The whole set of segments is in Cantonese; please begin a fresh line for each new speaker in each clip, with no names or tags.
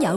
有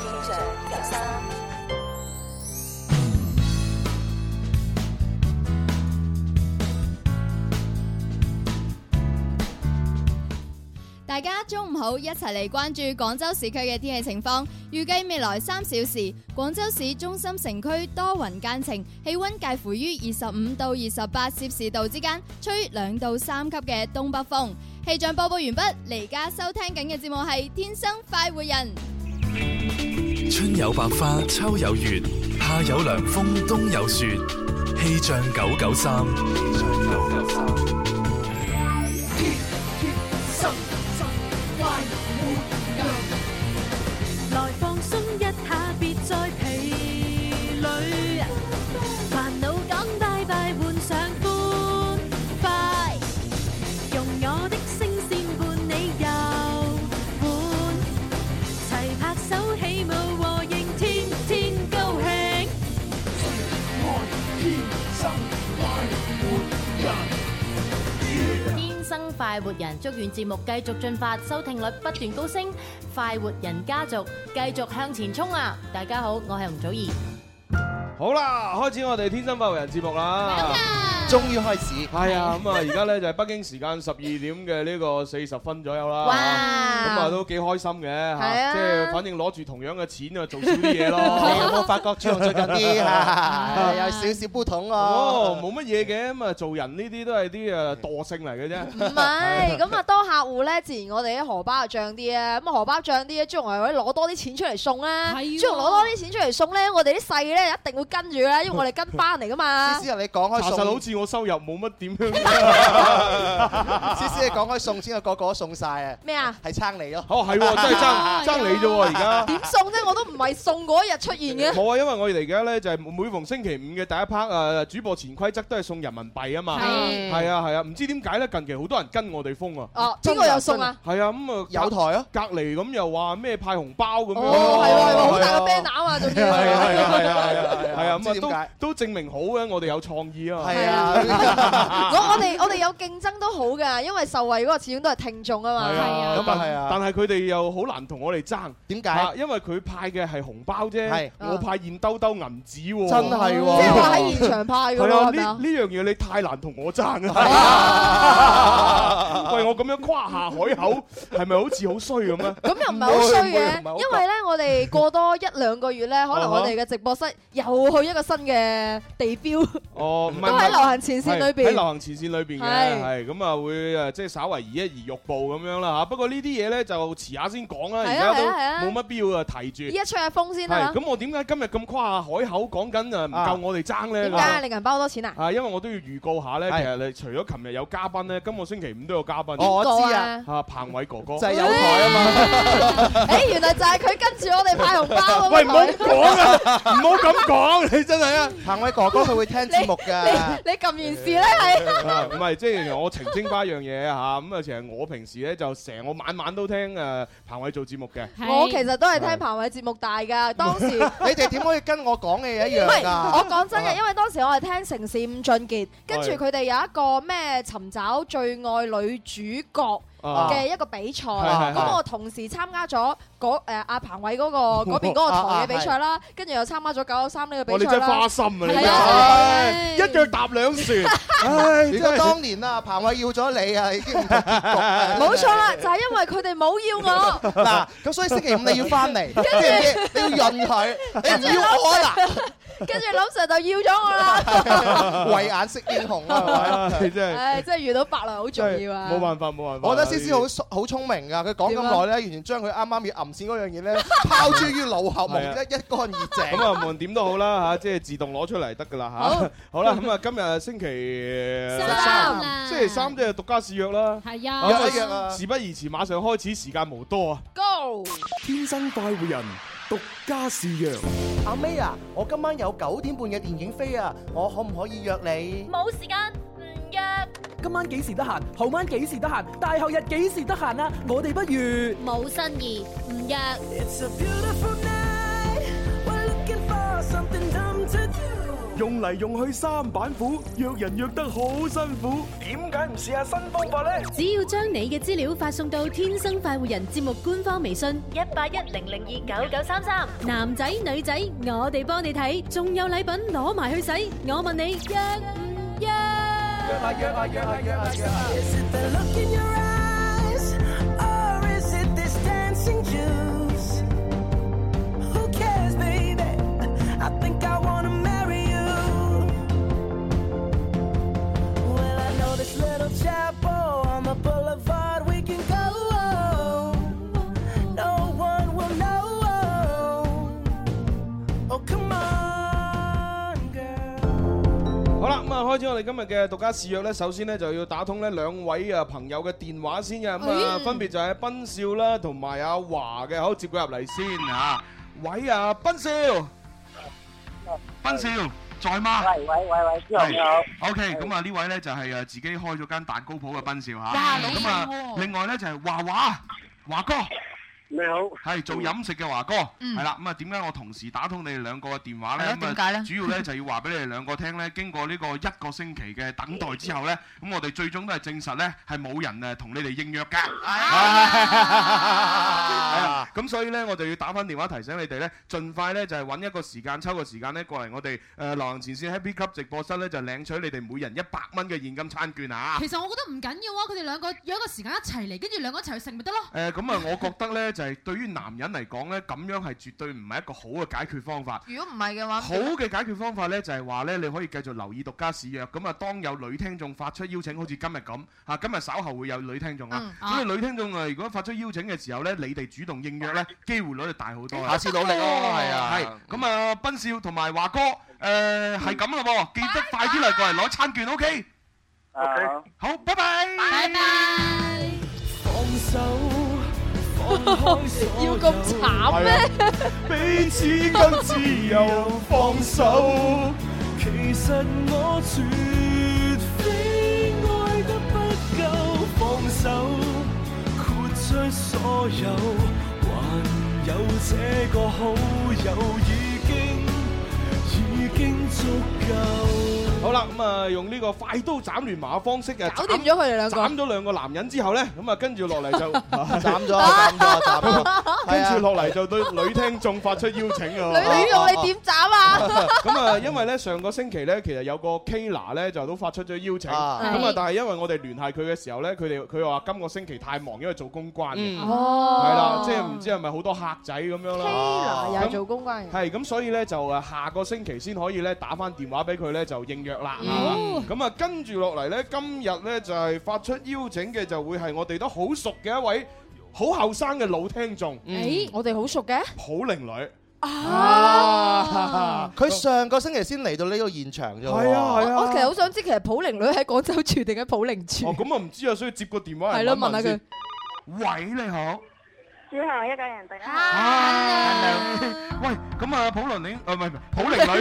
大家中午好，一齊嚟關注廣州市區嘅天氣情況。預計未來三小時，廣州市中心城區多雲間晴，氣温介乎於二十五到二十八攝氏度之間，吹兩到三級嘅東北風。氣象播報完畢，你而家收聽緊嘅節目係《天生快活人》。
春有百花，秋有月，夏有涼風，冬有雪。氣象九九三，
來放鬆一下，別再疲累。煩惱講拜拜，換上歡快。用我的聲線伴你遊玩，齊拍手起舞和應，天天高興。
天生快活人，祝願節目繼續進發，收聽率不斷高升，快活人家族繼續向前衝啊！大家好，我係容祖兒。
好啦，開始我哋天生快活人節目啦，終於開始。係啊，咁啊，而家咧就係北京時間十二點嘅呢個四十分左右啦。
哇
咁啊都幾開心嘅
係
嚇，
啊
即係反正攞住同樣嘅錢啊，做少啲 嘢咯。
你有
冇發覺
朱紅最近啲啊 有少少不同啊
哦，冇乜嘢嘅，咁啊做人呢啲都係啲誒惰性嚟嘅啫。
唔係，咁啊多客戶咧，自然我哋啲荷包就漲啲啊。咁啊荷包漲啲咧，朱紅係可以攞多啲錢出嚟送啦。朱紅攞多啲錢出嚟送咧，我哋啲細咧一定會跟住啦，因為我哋跟班嚟噶嘛。
思思你講開
查
送
實好似我收入冇乜點樣。
思 思你講開送錢，個個都送晒啊！
咩 啊？
係撐你咯。
哦，係 喎，真係爭爭你啫喎，而 家。
點送啫？我都唔係送嗰日出現嘅。
冇啊，因為我哋而家咧就係每逢星期五嘅第一 part 啊，主播潛規則都係送人民幣啊嘛。
係
係啊係啊，唔知點解咧？近期好多人跟我哋風啊。
哦邊個有 送啊？
係啊，咁啊
有台啊，
隔離咁又話咩派紅包咁樣。
哦，係喎，好大個 banner 啊，仲
係 啊係
要。
啊係啊係啊係啊，
唔知點
咁啊
解
都都證明好嘅，我哋有創意啊。
係啊，
我我哋我哋有競爭都好㗎，因為受惠嗰個始終都係聽眾啊嘛。
咁
咁啊係啊
但係佢哋又好難同我哋爭，
點
啊
解？
因為佢派嘅係紅包啫
係，
我派現兜兜銀紙喎。
真係
哦即係話喺
喎，
現場派㗎
係
喎，係
啊，呢
咪啊
呢？樣嘢你太難同我爭 啊！
啊
喂，我咁樣誇下海口，係咪好似好衰咁啊？
咁又唔係好衰
唔會唔會唔係
嘅，
好
因為咧我 哋過多一兩個月咧，可能我哋嘅直播室又去一個新嘅地標，
哦，唔
都
係唔
喺
係
流行前線裏
係喺流
邊。
行前線裏邊嘅
係
係咁啊，會誒即係稍為移一移肉步咁樣啦嚇。不過呢啲嘢咧就遲下先講啦，
係啊
而家
係啊係啊
都冇乜必要啊提住
依。啊家吹下風先
係
啦，
咁，我點解今日咁誇下海口講緊啊唔夠我哋爭咧？
點
咁
解你銀包好多錢啊？
啊，因為我都要預告下咧，其
係
實你除咗琴日有嘉賓咧，今個星期五都有嘉賓。
哦我 知啊，
啊！
啊，彭偉哥哥。
就係有台啊嘛。
誒，原來就係佢跟住我哋派紅包
喂，
咁
唔好
樣。
講啊，唔好咁講， 你真係啊！
彭偉哥哥佢會聽節目㗎。
你你撳完事咧係
啊唔係，即係其實我澄清翻一樣嘢嚇，咁啊，其實我平時咧就成我晚晚都聽誒彭偉做節目嘅，啊
我其實都係聽彭偉節目大㗎，當 時。
你哋點可以跟我講嘅嘢一
唔
樣
係，
㗎？
我講真嘅，因為當時我係聽《城市五俊傑》，跟住佢哋有一個咩尋找最愛女主角
啊
嘅一個比賽，
係係係
咁我同時參加咗嗰誒阿彭偉嗰 個嗰邊嗰個台嘅比賽啦，跟住又參加咗九九三呢個比
哇！你
賽
真係花
啦。
心啊！你
係
真
啊係
係一腳踏兩船，唉，
如
真
果
係
當年啊，彭偉要咗你啊，已經唔同結局啊
冇錯 啦，就係因為佢哋冇要我，
嗱，咁所以星期五你要翻嚟，知唔知？你要潤 佢，你唔要我啦，
跟住林 Sir 就要咗我啦。
慧眼識英雄 啊！係咪
唉真係
唉，真係遇到伯樂好重
真
要啊！
係冇辦法冇辦法。
我覺得思思好聰好聰明㗎，佢講咁耐咧，完全將佢啱啱要揞線嗰樣嘢咧， 拋諸於腦後，忘
係啊
得一乾二淨。
咁啊，無論點都好啦嚇，即係自動攞出嚟得㗎啦嚇。好啦，咁啊，今日星期呃
三
三星期三即係獨家試約啦。
係啊
約一約啊！
事不宜遲，馬上開始，時間無多啊！
Go！
天生快活人，獨家試約。
阿 May 啊，我今晚有九點半嘅電影飛啊，我可唔可以約你？
冇時間，唔約。
今晚幾時得閒？後晚幾時得閒？大後日幾時得閒啊？我哋不如
冇新意，唔約。
It's a beautiful night. We're looking for something dumb to do.
用嚟用去三板斧，約人約得好辛苦，點解唔試下新方法呢？
只要將你嘅資料發送到《天生快活人》節目官方微信一八一零零二九九三三，男仔女仔，我哋幫你睇，仲有禮品攞埋去使。我問你約唔約？
Is it the look in your eyes, or is it this dancing juice? Who cares, baby? I think I wanna marry you. Well, I know this little chapel on the boulevard we can go. No one will know. Oh, come on, girl.
好啦，咁啊開始我哋今日嘅獨家試約咧，首先咧就要打通咧兩位啊朋友嘅電話先嘅，咁啊
嗯
分別就係斌少啦同埋阿華嘅，好接佢入嚟先啊。喂啊，斌少，斌少在嗎？喂喂喂喂，
之後你好
O K，咁啊呢位咧就係誒自己開咗間蛋糕鋪嘅斌少嚇，
哇老
咁啊
細喎
另外咧就係華華華哥。
你好，
係做飲食嘅華哥，
嗯
係啦，咁啊點解我同時打通你哋兩個嘅電話
係
咧？
咯
咁啊
點解咧
主要咧就要話俾你哋兩個聽咧，經過呢個一個星期嘅等待之後咧，咁我哋最終都係證實咧係冇人誒同你哋應約㗎。係啊咁所以咧我就要打翻電話提醒你哋咧，盡快咧就係揾一個時間抽個時間咧過嚟我哋誒流行前線 Happy Club 直播室咧就領取你哋每人一百蚊嘅現金餐券啊！
其實我覺得唔緊要啊，佢哋兩個約一個時間一齊嚟，跟住兩個一齊去食咪得咯。
誒咁啊，我覺得呢，就係、對於男人嚟講呢，咁樣係絕對唔係一個好嘅解決方法。
如果唔係嘅話，
好嘅解決方法呢，就係話呢，你可以繼續留意獨家試約。咁啊，當有女聽眾發出邀請，好似今日咁嚇，今日稍後會有女聽眾啦。
嗯
咁啊，女聽眾啊，如果發出邀請嘅時候呢，你哋主動應約呢，機會率就大好多啦。
下次努力咯係啊
係咁啊，斌少同埋華哥，誒係咁啦噃，記得快啲嚟過嚟攞餐券，OK？好，拜拜。拜拜。
要咁慘咩？彼此今自由放手，其實我絕非愛得不夠，放手豁出所有，還有這個好友已經已經足夠。
好啦，咁啊，用呢個快刀斬亂麻嘅方式嘅，
搞掂咗佢哋兩個啊
斬咗兩個男人之後咧，咁啊，跟住落嚟 就斬
咗斬咗斬
咗， 跟住落嚟就對女聽眾發出邀請啊！
女聽眾你點斬啊？
咁啊，因為咧上個星期咧，其實有個 Kla 咧就都發出咗邀請，咁
啊
啊
係，
但係因為我哋聯繫佢嘅時候咧，佢哋佢話今個星期太忙，因為做公關嘅，
嗯
哦
係啦，即係唔知係咪好多客仔咁樣啦。
Kla 又係
咁
做公關嘅
係咁，所以咧就誒下個星期先可以咧打翻電話俾佢咧就應約啦。
哦
咁啊，跟住落嚟咧，今日咧就係發出邀請嘅就會係我哋都好熟嘅一位好後生嘅老聽眾，
咦，我哋好熟嘅。
好靚女。
啊
啊
佢上個星期先嚟到呢個現場啫喎。
係啊係啊
我其實好想知，其實普寧女喺廣州住定喺普寧住？
哦，咁啊唔知啊，所以接個電話嚟
係咯
問
問下
先
佢。
喂，你好。
之後一個人定
喂，咁啊，普林你，啊唔係唔係普 寧女，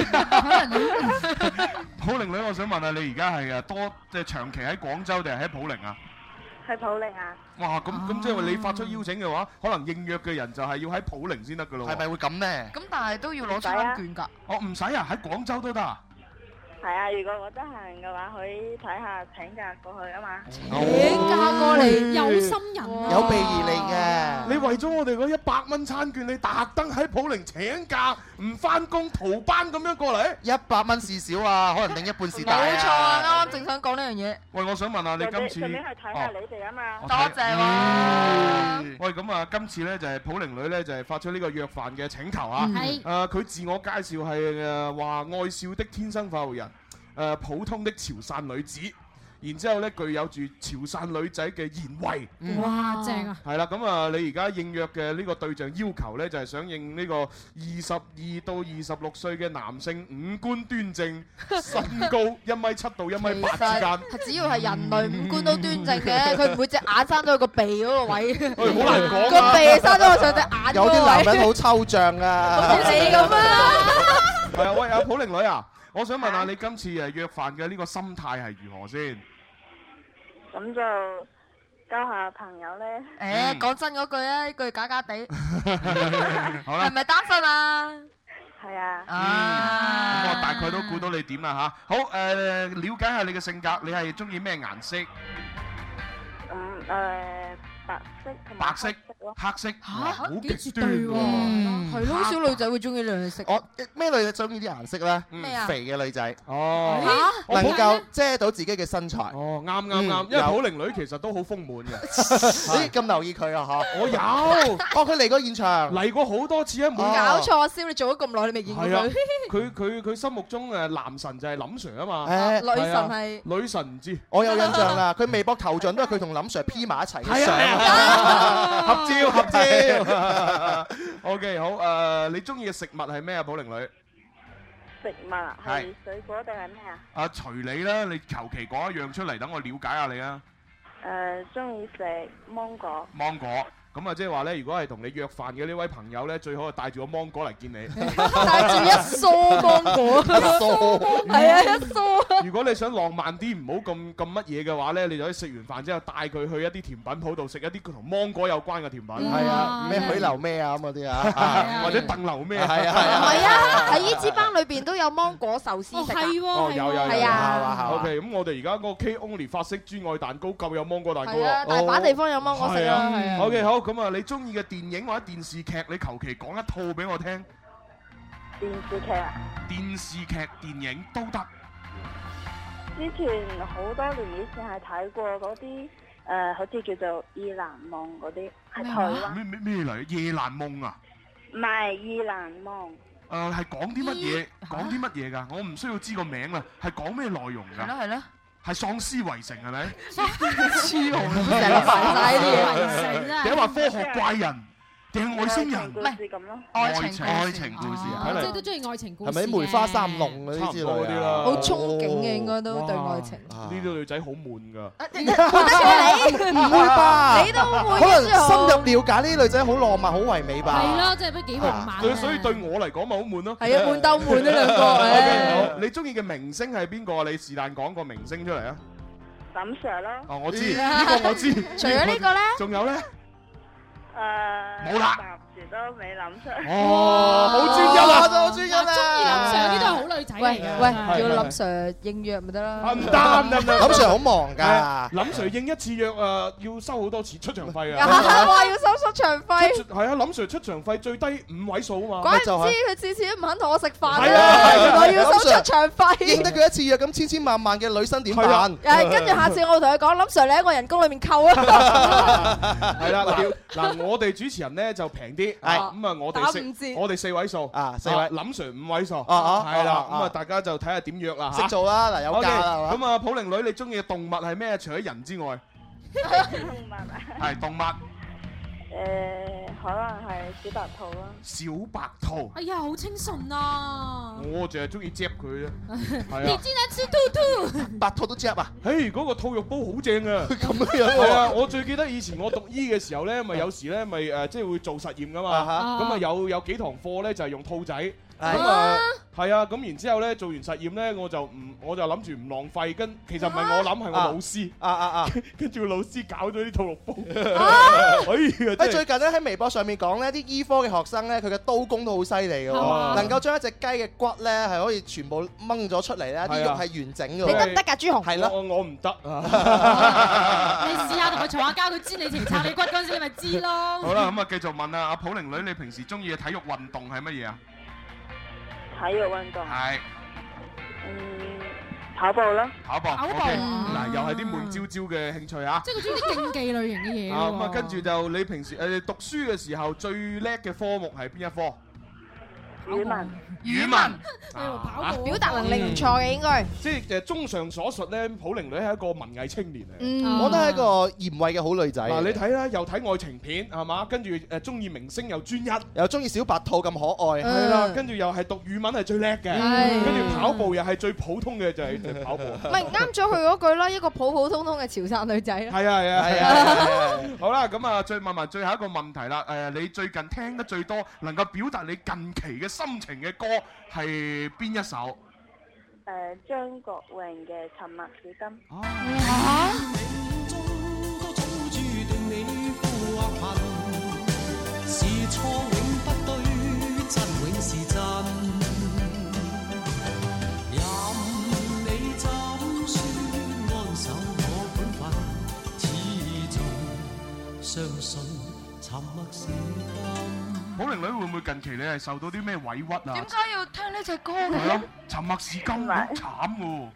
普寧女，我想問下你而家係啊多即係長期喺廣州定係喺普寧啊？
去普寧啊？
哇，咁咁即係話你發出邀請嘅話，可能應約嘅人就係要喺普寧先得噶咯喎。係咪會咁呢？
咁但係都要攞餐券㗎。
哦，唔使啊，喺廣州都得啊。
係啊，如果我得閒嘅話，可以睇下請假過去啊嘛。
嫁過嚟
有
心
人
有備而嚟嘅。
你為咗我哋嗰一百蚊餐券，你特登喺普寧請假，唔翻工逃班咁樣過嚟？
一百蚊事少啊，可能另一半事大
冇錯啊！
啊。
啱啱正想講呢樣嘢。
喂，我想問下你今次
順便去睇下
哦
你哋啊嘛。
多謝
喎！喂，咁啊，今次咧就係普寧女咧就係發出呢個約飯嘅請求啊
嗯係！
誒，佢自我介紹係誒話愛笑的天生快活人，誒普通的潮汕女子，然之後咧具有住潮汕女仔嘅賢惠。
哇，正啊！
係啦，咁啊，你而家應約嘅呢個對象要求呢，就係想應呢個二十二到二十六歲嘅男性，五官端正，身高一米七到一米八之間。
係只要係人類五官都端正 嘅，佢唔會隻眼生咗去個鼻嗰個位。
喂，好難講
個
啊！
鼻生咗去上隻眼嗰個
有
位。
啲男人好抽象啊。
好似你咁啊！
係啊，喂，阿普玲女啊，我想問下你今次誒約飯嘅呢個心態係如何先？
咁就交下朋友咧。
嗯
誒，講真嗰句啊，呢句假假地，
好
係
啦，
咪單身啊？
係啊。
咁我大概都估到你點啦吓，好诶，了解下你嘅性格，你係中意咩顏色？
嗯誒，白色同埋
白色、黑色，哇好極端喎。嗯
係咯，好少女仔會中意兩樣色。
我咩女仔中意啲顏色咧？
咩啊
肥嘅女仔
哦
嚇
能夠遮到自己嘅身材。
哦，啱啱啱，因為普寧女其實都好豐滿嘅。
咦咁留意佢啊嚇！
我 有，
哦佢嚟過現場，
嚟過好多次啊，每
搞錯啊，蕭，你做咗咁耐，你未見過
係啊
佢？，
佢佢佢心目中誒男神就係林 Sir 啊嘛，
誒
係啊
女神
女神唔知，
我有印象啦，佢微博頭像都係佢同林 Sir P 埋一齊嘅
係
相。
啊，合照合照。OK，好 ờ, 誒，你中意嘅食物係咩啊？普寧女
食物啊
係
係水果定係咩啊？
啊，隨你啦，你求其講一樣出嚟，等我了解下你啊。
誒，中意食芒果。
芒果。咁啊，即係話咧，如果係同你約飯嘅呢位朋友咧，最好係帶住個芒果嚟見你，
帶住一梳芒果， 係啊，一梳。
如果你想浪漫啲，唔好咁咁乜嘢嘅話咧，你就可以食完飯之後帶佢去一啲甜品鋪度食一啲同芒果有關嘅甜品，
係啊，咩許留咩啊咁嗰啲 啊，
或者鄧流咩？
係啊係啊
唔係啊，喺呢支班裏邊都有芒果壽司食啊。係
哦，有有有，
係啊，
OK，咁我哋而家嗰個 K Only 法式專愛蛋糕夠有芒果蛋糕
係啊，
啦，
大把地方有芒果食啦，係啊。
OK，好，咁啊，你中意嘅電影或者電視劇，你求其講一套俾我聽。
電視劇啊，
電視劇、電影都得。
之前好多年以前係睇過嗰啲誒，好似叫做《意難夢》嗰啲，係台灣，
咩咩咩嚟？夜難夢啊！
唔係《意難夢》，
誒係講啲乜嘢？講啲乜嘢㗎？我唔需要知個名啦，係講咩內容㗎？
係咯係咯。
係喪屍圍城 係咪？
痴呆
成
成日煩晒呢啲嘢
定係話科學怪人，定係外星人？
故事咁咯，
愛情故事，睇
即係都
嚟
中意愛情故
係
事
咪
嘅。
啲梅花三弄嗰
差
啲
唔
之
多
類
啲
啊
啦。
好憧憬嘅應該都對愛情。
呢啲女仔好悶㗎。
悶得過你？
唔會吧？
你都悶嘅
可能
之後
深入了解呢啲女仔好浪漫、好唯美吧？
係咯，即係都幾浪漫
對，
啊。
所以對我嚟講咪好悶咯。
係啊悶鬥悶呢兩 個
Ờ.
Ờ。
啊
OK，好你中意嘅明星係邊個啊？你是但講個明星出嚟啊！
沈 Sir 咯。
哦，我知呢個我知。
除咗呢個咧
仲有咧？
誒，
冇啦
暫時都未諗出。
哦，好專一啊！
好專一啊！
中意林 Sir 呢啲都係好女仔嚟
喂
㗎
喂，
係
叫
係
林 Sir 應約啊咪得啦。
唔得唔得唔 得，
林 Sir 好忙㗎
係啊林 Sir 應一次約誒，要收好多錢出場 費啊！
哇！要收出場費，
係啊，林 Sir 出場費最低五位 數啊嘛。
怪唔知佢次次都唔肯同我食飯
係啊
啦，
係啊
原來要收
林 Sir，
出場費。
應得佢一次約咁千千萬萬嘅女生點辦？
誒，跟住下次我會同佢講，林 Sir 你喺我人工裏面扣啊。
係啦，嗱嗱，我哋主持人咧就平啲，係咁啊，我哋
打五折
四我哋四位數啊，
四位
林 Sir 五位數，
啊啊
係
啊
啦，
啊
咁啊，大家就睇下點約啦，
識做啦嗱有價啦係嘛
OK，咁啊，普寧女你中意嘅動物係咩？除咗人之外，
動物啊，
係動物
誒，可能係小白兔啦。
小白兔，
哎呀，好清純啊！
我淨係中意接 佢啫，係
你
啊。
竟然吃兔兔，
白兔都接 啊！
嘿，嗰個兔肉煲好正啊！
咁樣喎
係啊！我最記得以前我讀醫嘅時候咧，咪有時咧咪誒即係會做實驗噶嘛，
啊
咁
哈
啊有有幾堂課咧就係用兔仔，咁啊係啊，咁然之後咧做完實驗咧，我就唔我就諗住唔浪費，跟其實唔
啊
係我諗係我老師，
啊啊啊！
跟住個老師搞咗啲兔肉煲，
啊
哎
哎呀！
最
真係
近咧喺微博上面講咧，啲醫科嘅學生咧，佢嘅刀工都好犀利嘅
係嘛
喎，能夠將一隻雞嘅骨咧係可以全部掹咗出嚟咧，啲
係啊
肉係完整嘅喎。
你得唔得
㗎，朱紅？
係啦，
我我唔得啊！
你試下同佢嘈下交，佢知你情撐你骨嗰陣時，你咪知咯。
好啦，咁啊繼續問啊，阿普寧女你平時中意嘅體育運動係乜嘢啊？
體育運動，
係
Ừ, 嗯，跑步啦。
跑步。
跑步
OK，
啊
嗱又係啲悶焦焦嘅興趣啊！
即係佢中意啲競技類型嘅嘢
啊咁啊，
喎
跟住就你平時誒讀書嘅時候最叻嘅科目係邊一科？
語文，
語文。
哎
啊
表達能力唔錯嘅應該。
即係誒，綜上所述咧，普寧女係一個文藝青年嚟。
嗯
我覺得係一個賢惠嘅好女仔。
嗱，你睇啦，又睇愛情片係嘛，跟住誒中意明星又專一，係
又中意小白兔咁可愛，
啦，跟住又係讀語嗯文係嗯最叻嘅，
係
跟住跑步又係最普通嘅就係就係 跑步。
唔係啱咗佢嗰句啦，一個普普通通嘅潮汕女仔啦。
係啊係啊係
係
啊
啊
係啊！係啊好啦，咁啊，再問埋最後一個問題啦。誒，你最近聽得最多，能夠表達你近期嘅心情嘅歌係邊一首？
誒張國榮嘅《沉默是金》。
是錯永不對，真永是真。相信沉默是金。
寶玲女會唔會近期你係受到啲咩委屈啊？係咯
點解要聽呢隻歌嘅？，
沉默是金好慘喎。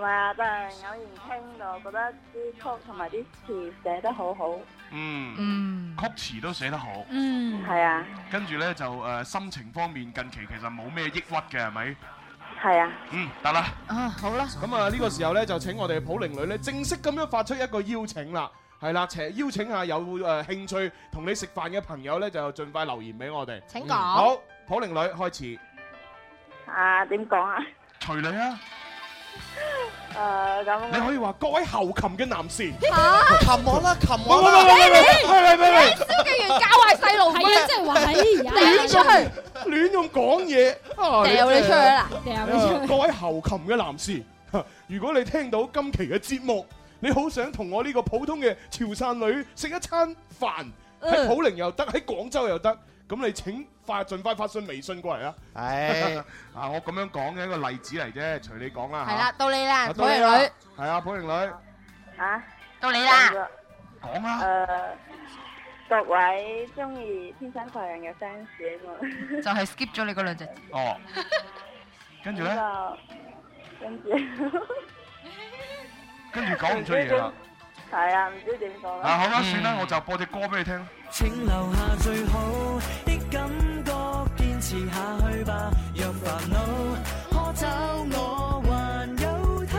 話但係偶然聽到，覺得啲曲同埋啲詞寫得好好。
嗯，曲詞都寫得好。
嗯，係啊，
跟住呢，就誒、呃心情方面，近期其實冇咩抑鬱嘅係咪？
係啊。
嗯，得啦。
啊，好啦。
咁啊，呢個時候咧就請我哋嘅普玲女咧正式咁樣發出一個邀請啦。係啦，請邀請下有誒興趣同你食飯嘅朋友咧，就盡快留言俾我哋。
請講
嗯好，普玲女開始。
啊，點講啊？
隨你啊，
誒，
你
咁
可以話各位後琴嘅男士，
啊
嚇
擒我啦，擒
喂
我
喂
啦！
喂喂喂喂喂喂！
蕭敬元教壞細路妹。掟你出去。
亂咁講嘢，啊
掉你出去啦
真
掉
係
你出去
各位後琴嘅男士， 如果你聽到今期嘅節目，你好想同我呢個普通嘅潮汕女食一餐飯，
嗯
喺普寧又得，喺廣州又得。咁你請快盡快發信微信過嚟 啊！
唉，
啊，我咁樣講嘅一個例子嚟啫，隨你講啦嚇。
係啦到你啦
啊
普寧女。
係啊，普寧女，
啊，到你啦。
講
啦。誒，各位中意天生快人嘅 fans 啊嘛。
就係 skip 咗你嗰兩隻字。
哦，跟住咧，
咁就。跟住。
跟住講唔出嘢啦。
係啊，唔知點講
啊，好啦，算啦，我就播只歌俾你聽。
請留下最好的感覺，堅持下去吧。若煩惱可找我，還有他。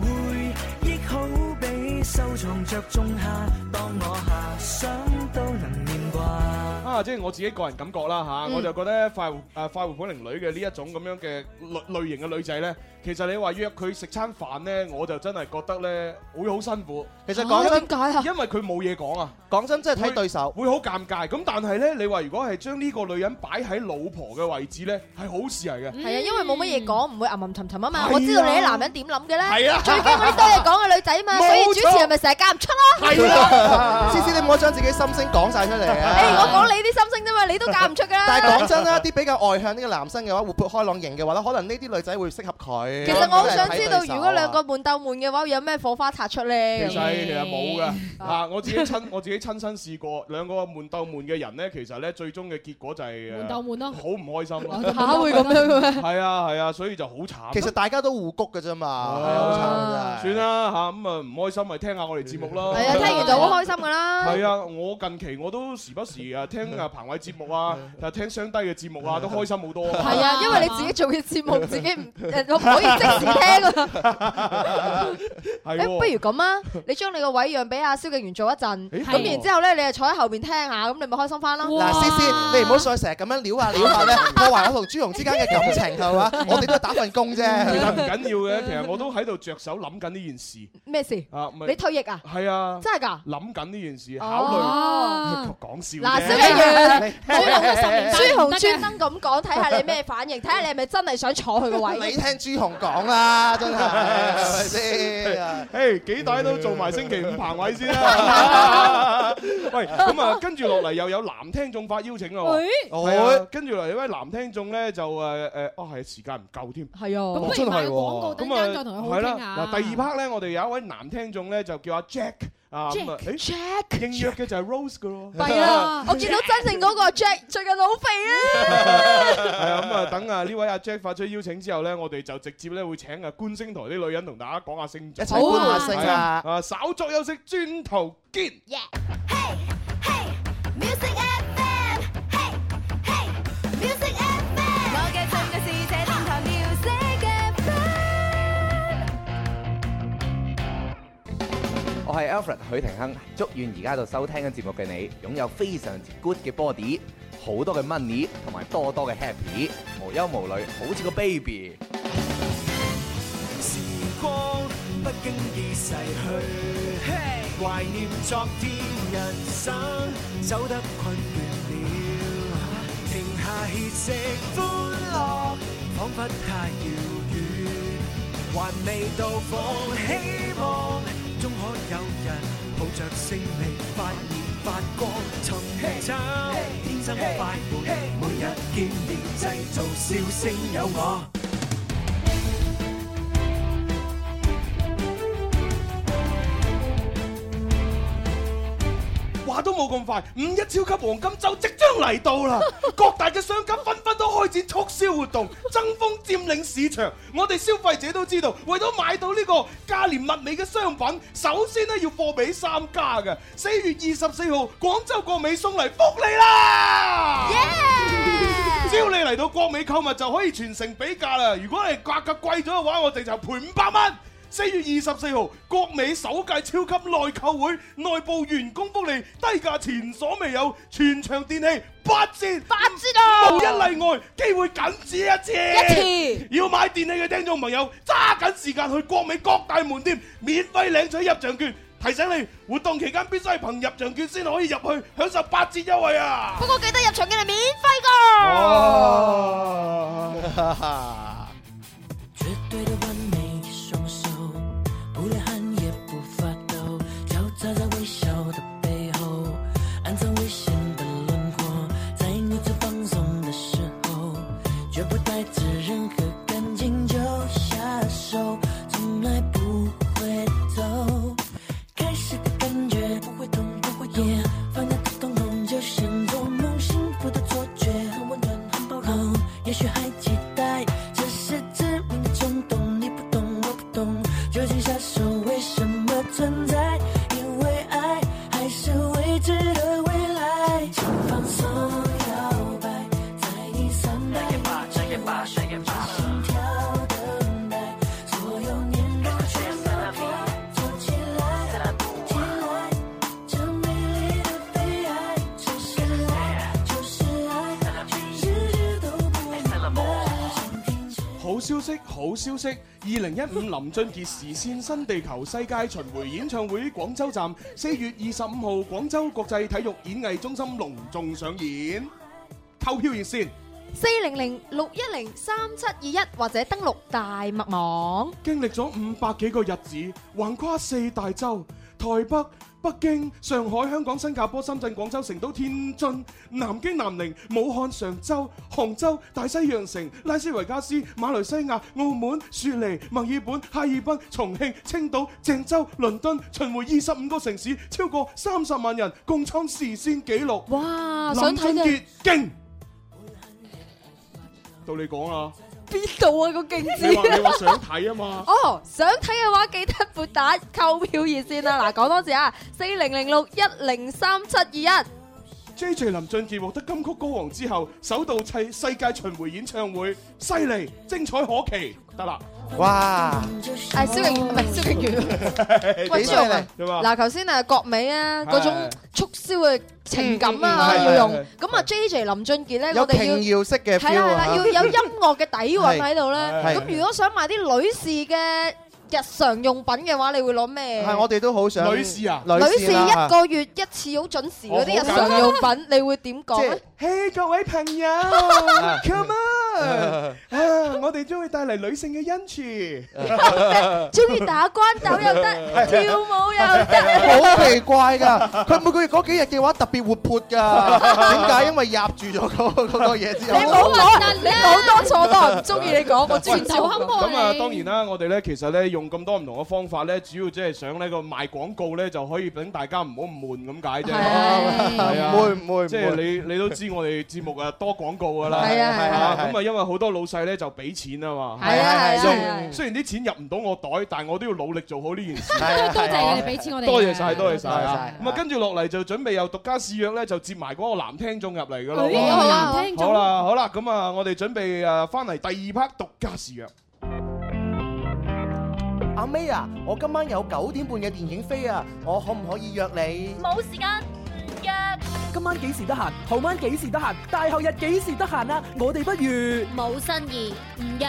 回憶好比收藏着種下，當我遐想都能念掛。
啊，即係我自己個人感覺啦嚇，
嗯
我就覺得快活誒快活普玲女嘅呢一種咁樣嘅類類型嘅女仔咧，其實你話約佢食餐飯咧，我就真係覺得咧會好辛苦。
其實講真啊
解啊？因為佢冇嘢講啊。
講真，真係睇對手，
會好尷尬。咁但係咧，你話如果係將呢個女人擺喺老婆嘅位置咧，係好事嚟嘅。
嗯
係啊，因為冇乜嘢講，唔會吟吟沉沉啊嘛，
係啊。
我知道你喺男人點諗嘅咧，
係啊。
最驚嗰啲多嘢講嘅女仔嘛，
冇錯。
所以主持人咪成日間唔出咯。
思思，你唔好將自己心聲講晒出嚟啊！
誒，我講你啲心聲啫嘛，你都間唔出㗎啦。
但係講真啦，啲比較外向呢個男生嘅話，活潑開朗型嘅話咧，可能呢啲女仔會適合佢。
其實我好想
真係睇
知
對
道，
手啊
如果兩個悶鬥悶嘅話，會有咩火花擦出咧？
其實係其實冇嘅，
嗯
啊我自己親 我自己親身試過兩個悶鬥悶嘅人咧，其實咧最終嘅結果就係誒
悶鬥悶咯
好唔開 心咯。
嚇會咁樣嘅咩
係啊係啊，所以就好慘。
其實大家都互谷嘅啫嘛，係啊，好慘啊
啊算啦嚇，咁啊唔開心咪聽下我哋節目咯。
係啊，聽完就好開心噶啦。
係啊，我近期我都時不時啊聽啊彭偉節目啊，啊聽雙低嘅節目啊，都開心好多。
係啊，因為你自己做嘅節 目，自己唔誒，我唔可以即時聽㗎。誒，
係喎
不如咁啊，你將你個位讓俾阿蕭敬元做一陣，
係
咁然之後咧，你就坐喺後邊聽下，咁你咪開心翻啦。
嗱，思思，你唔好再成日咁樣撩下撩下咧， 破壞我同朱容之間嘅感情係嘛？我哋都係打份工啫。
其實唔緊要嘅，其實我都喺度着手諗緊呢件事
咩事？
啊，咪
你退役啊？
係啊，
真係㗎？
諗緊呢件事，考慮
哦
講笑啫。
嗱，蕭敬元，
你
朱紅
十年
朱紅專登咁講，睇下你咩反應，睇下你係咪真係想坐佢個 位。
你聽朱紅講啦，真係係咪先？
誒幾大都做埋星期五彭位先啦。 喂，咁啊，跟住落嚟又有男聽眾發邀請啦喎。
誒
係啊跟住落嚟呢位男聽眾咧就誒誒，哦係時間唔夠添。
係啊
哦
咁不如
真係
買個
喎
廣告等
咁啊
間再同佢好好
係啦
傾下
嗱，第二 part 咧，我哋有一位男聽眾咧就叫阿 Jack 啊。咁啊
Jack，
誒應約嘅就係 Rose 噶咯。
弊啦！我見到真正嗰個 Jack 最近好肥啊！
係啊，咁啊，等啊呢位阿 Jack 發出邀請之後咧，我哋就直接咧會請啊觀星台啲女人同大家講下星座，
一齊觀下星啊
係啊，稍作休息，轉頭見。
Music FM，我嘅最愛是這電台 Music FM。
我係 Alfred 許廷鏗，祝願而家喺度收聽緊節目嘅你，擁有非常之 good 嘅 body，好多嘅 money，同埋多多嘅 happy，無憂無慮，好似個 baby。
時光不經意逝去，懷念昨天，人生走得困倦了，停下歇息，歡樂彷彿太遙遠，還未到訪，希望終可有人抱着勝利發熱發光，尋找天生快活，每日見面製造笑聲有我。
Hãy subscribe cho kênh Ghiền Mì Gõ Để không bỏ lỡ
話都冇咁快，五一超級黃金周即將嚟到啦！各大嘅商家紛紛都開展促銷活動，爭鋒佔領市場。我哋消費者都知道，為咗買到呢個價廉物美嘅商品，首先咧要貨比三家嘅。四月二十四號，廣州國美送嚟福利啦！只要你嚟到國美購物就可以全城比價啦。如果你價格貴咗嘅話，我哋就賠五百蚊。四月二十四號，國美首屆超級內購會內部員工福利低價前所未有，全場電器八折，八折
啊
無一例外，機會僅此一次。
一
次要買電器嘅聽眾朋友，揸緊時間去國美各大門店免費領取入場券。提醒你，活動期間必須係憑入場券先可以入去享受八折優惠啊！
不過記得入場嘅係免費
Ờ.
㗎。
绝对的完美双手，不流汗也不发抖，交叉在微笑的背后，暗藏危险的轮廓。在你最放松的时候，绝不带着任何感情就下手，从来不回头。开始的感觉不会痛，不会痛，放大的瞳孔就像做梦，幸福的错觉，很温暖，很包容。也许还期待，这是致命的冲动，你不懂，我不懂，究竟下手为什么存在？因为爱还是未知的未来，请放松摇摆，在你三百八十八十八心跳等待，所有年代全都飘。走起来，起来！这美丽的悲哀，就是爱，就是爱，全世界都不明白。
好消息，好消息！二零一五林俊傑時線新地球世界巡迴演唱會廣州站，四月二十五號廣州國際體育演藝中心隆重上演。購票熱線。
四零零六一零三七二一或者登錄大麥網。
經歷咗五百幾個日子，橫跨四大洲，台北、北京、上海、香港、新加坡、深圳、廣州、成都、天津、南京、南寧、武漢、常州、杭州、大西洋城、拉斯維加斯、馬來西亞、澳門、雪梨、墨爾本、哈爾濱、重慶、青島、鄭州、倫敦，巡迴二十五個城市，超過三十萬人，共創時先紀錄。
哇！
林
想睇
俊
就
傑勁，到你講啦，
邊度啊個勁字？
你話你話想睇啊嘛。
哦，想睇嘅話記得撥打購票熱線啦！嗱，講多次啊，四零零六一零三七二一。
J.J. 林俊傑獲得金曲歌王之後，首度砌世界巡迴演唱會，犀利，精彩可期，得啦！
哇！
係蕭敬唔係蕭敬元。喂，朱
點
紅
啊
啊，
點啊
嗱，頭先啊，國美啊，
係
嗰種促銷嘅情感
嗯
啊，要
嗯嗯係係
用
係。
咁啊，J J 林俊傑咧，
有
我哋
瓊
要
瑤式嘅
係啦
feel
係
啊
啦，要有音樂嘅底韻喺度咧。
係
咁如果想買啲女士嘅日常用品嘅話，你會攞咩？
係我哋都好想
女士啊
女
女士
士啦
一個月一次好準時嗰啲日常用品，你會點講咧？
嘿，各位朋 友 ，come on！啊，我哋將會帶嚟女性嘅恩賜，
中意打關鬥又 得，跳舞又得，
好奇怪㗎，佢每個月嗰幾日嘅話特別活潑㗎，點解？因為入住咗嗰嗰個嘢之後，
你冇講，你講多錯多，我唔中意你講，我中意笑。
咁啊，當然啦，我哋咧其實咧用咁多唔同嘅方法咧，主要即係想呢個賣廣告咧就可以等大家唔好咁悶咁解啫。係啊
唔會唔會唔
即係
會
你你都知我哋節目啊多廣告㗎啦。
係啊係啊係
咁啊，因為好多老細咧就俾錢啊嘛。
係
à,
啊係啊
雖
係啊係啊
雖然啲錢入唔到我袋，但係我都要努力做好呢件事。
係啊
多謝你哋俾錢我哋嘅
多謝晒，多謝晒
多謝
啊
晒。
咁啊，跟住落嚟就準備有獨家試約咧，就接埋嗰個男聽眾入嚟㗎
哎呀好啊
啦。
男聽眾
好啦好啦，咁啊，我哋準備誒翻嚟第二 part 獨家試約。
阿 May 啊，我今晚有九點半嘅電影飛啊，我可唔可以約你？
冇時間約。今晚幾時得閒？後晚幾時得閒？大後日幾時得閒啊？我哋不如冇新意，唔約。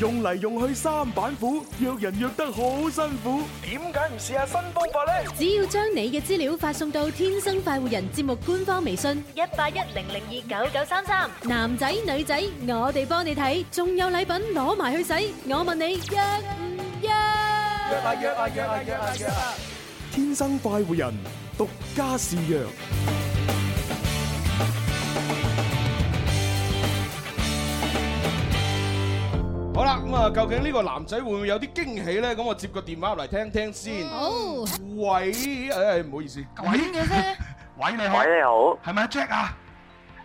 用嚟用去三板斧，
約人約得好辛苦。點解唔試下新方法呢？
只要將你嘅資料發送到《天生快活人》節目官方微信一八一零零二九九三三，男仔女仔，我哋幫你睇，仲有禮品攞埋去使。我問你約唔約？
約啊約啊約啊約啊約啊！
天生快活人，獨家試約。
好啦，咁啊，究竟呢個男仔會唔會有啲驚喜咧？咁我接個電話入嚟聽聽先。
好
喂，誒唔好意思，喂
嘅啫。
喂你好，
喂你好，
係咪阿 Jack 啊？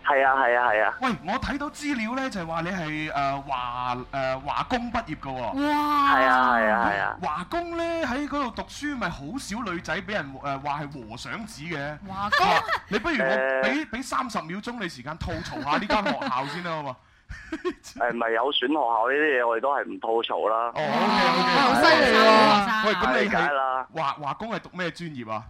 係啊係啊係啊，
喂，我睇到資料咧，就係話你係誒華誒華工畢業嘅喎。
哇係啊係啊係啊
華工咧喺嗰度讀書，咪好少女仔俾人誒話係和尚子嘅。
華
工
啊你不如我
誒
俾俾三十秒鐘你時間吐槽下呢間學校先啦，好 嘛？
誒唔係有選學校呢啲嘢，我哋都係唔吐槽啦。哦
好犀利喎！喂，咁
咁
你
理解
係
啦。
華華工係讀咩專業啊？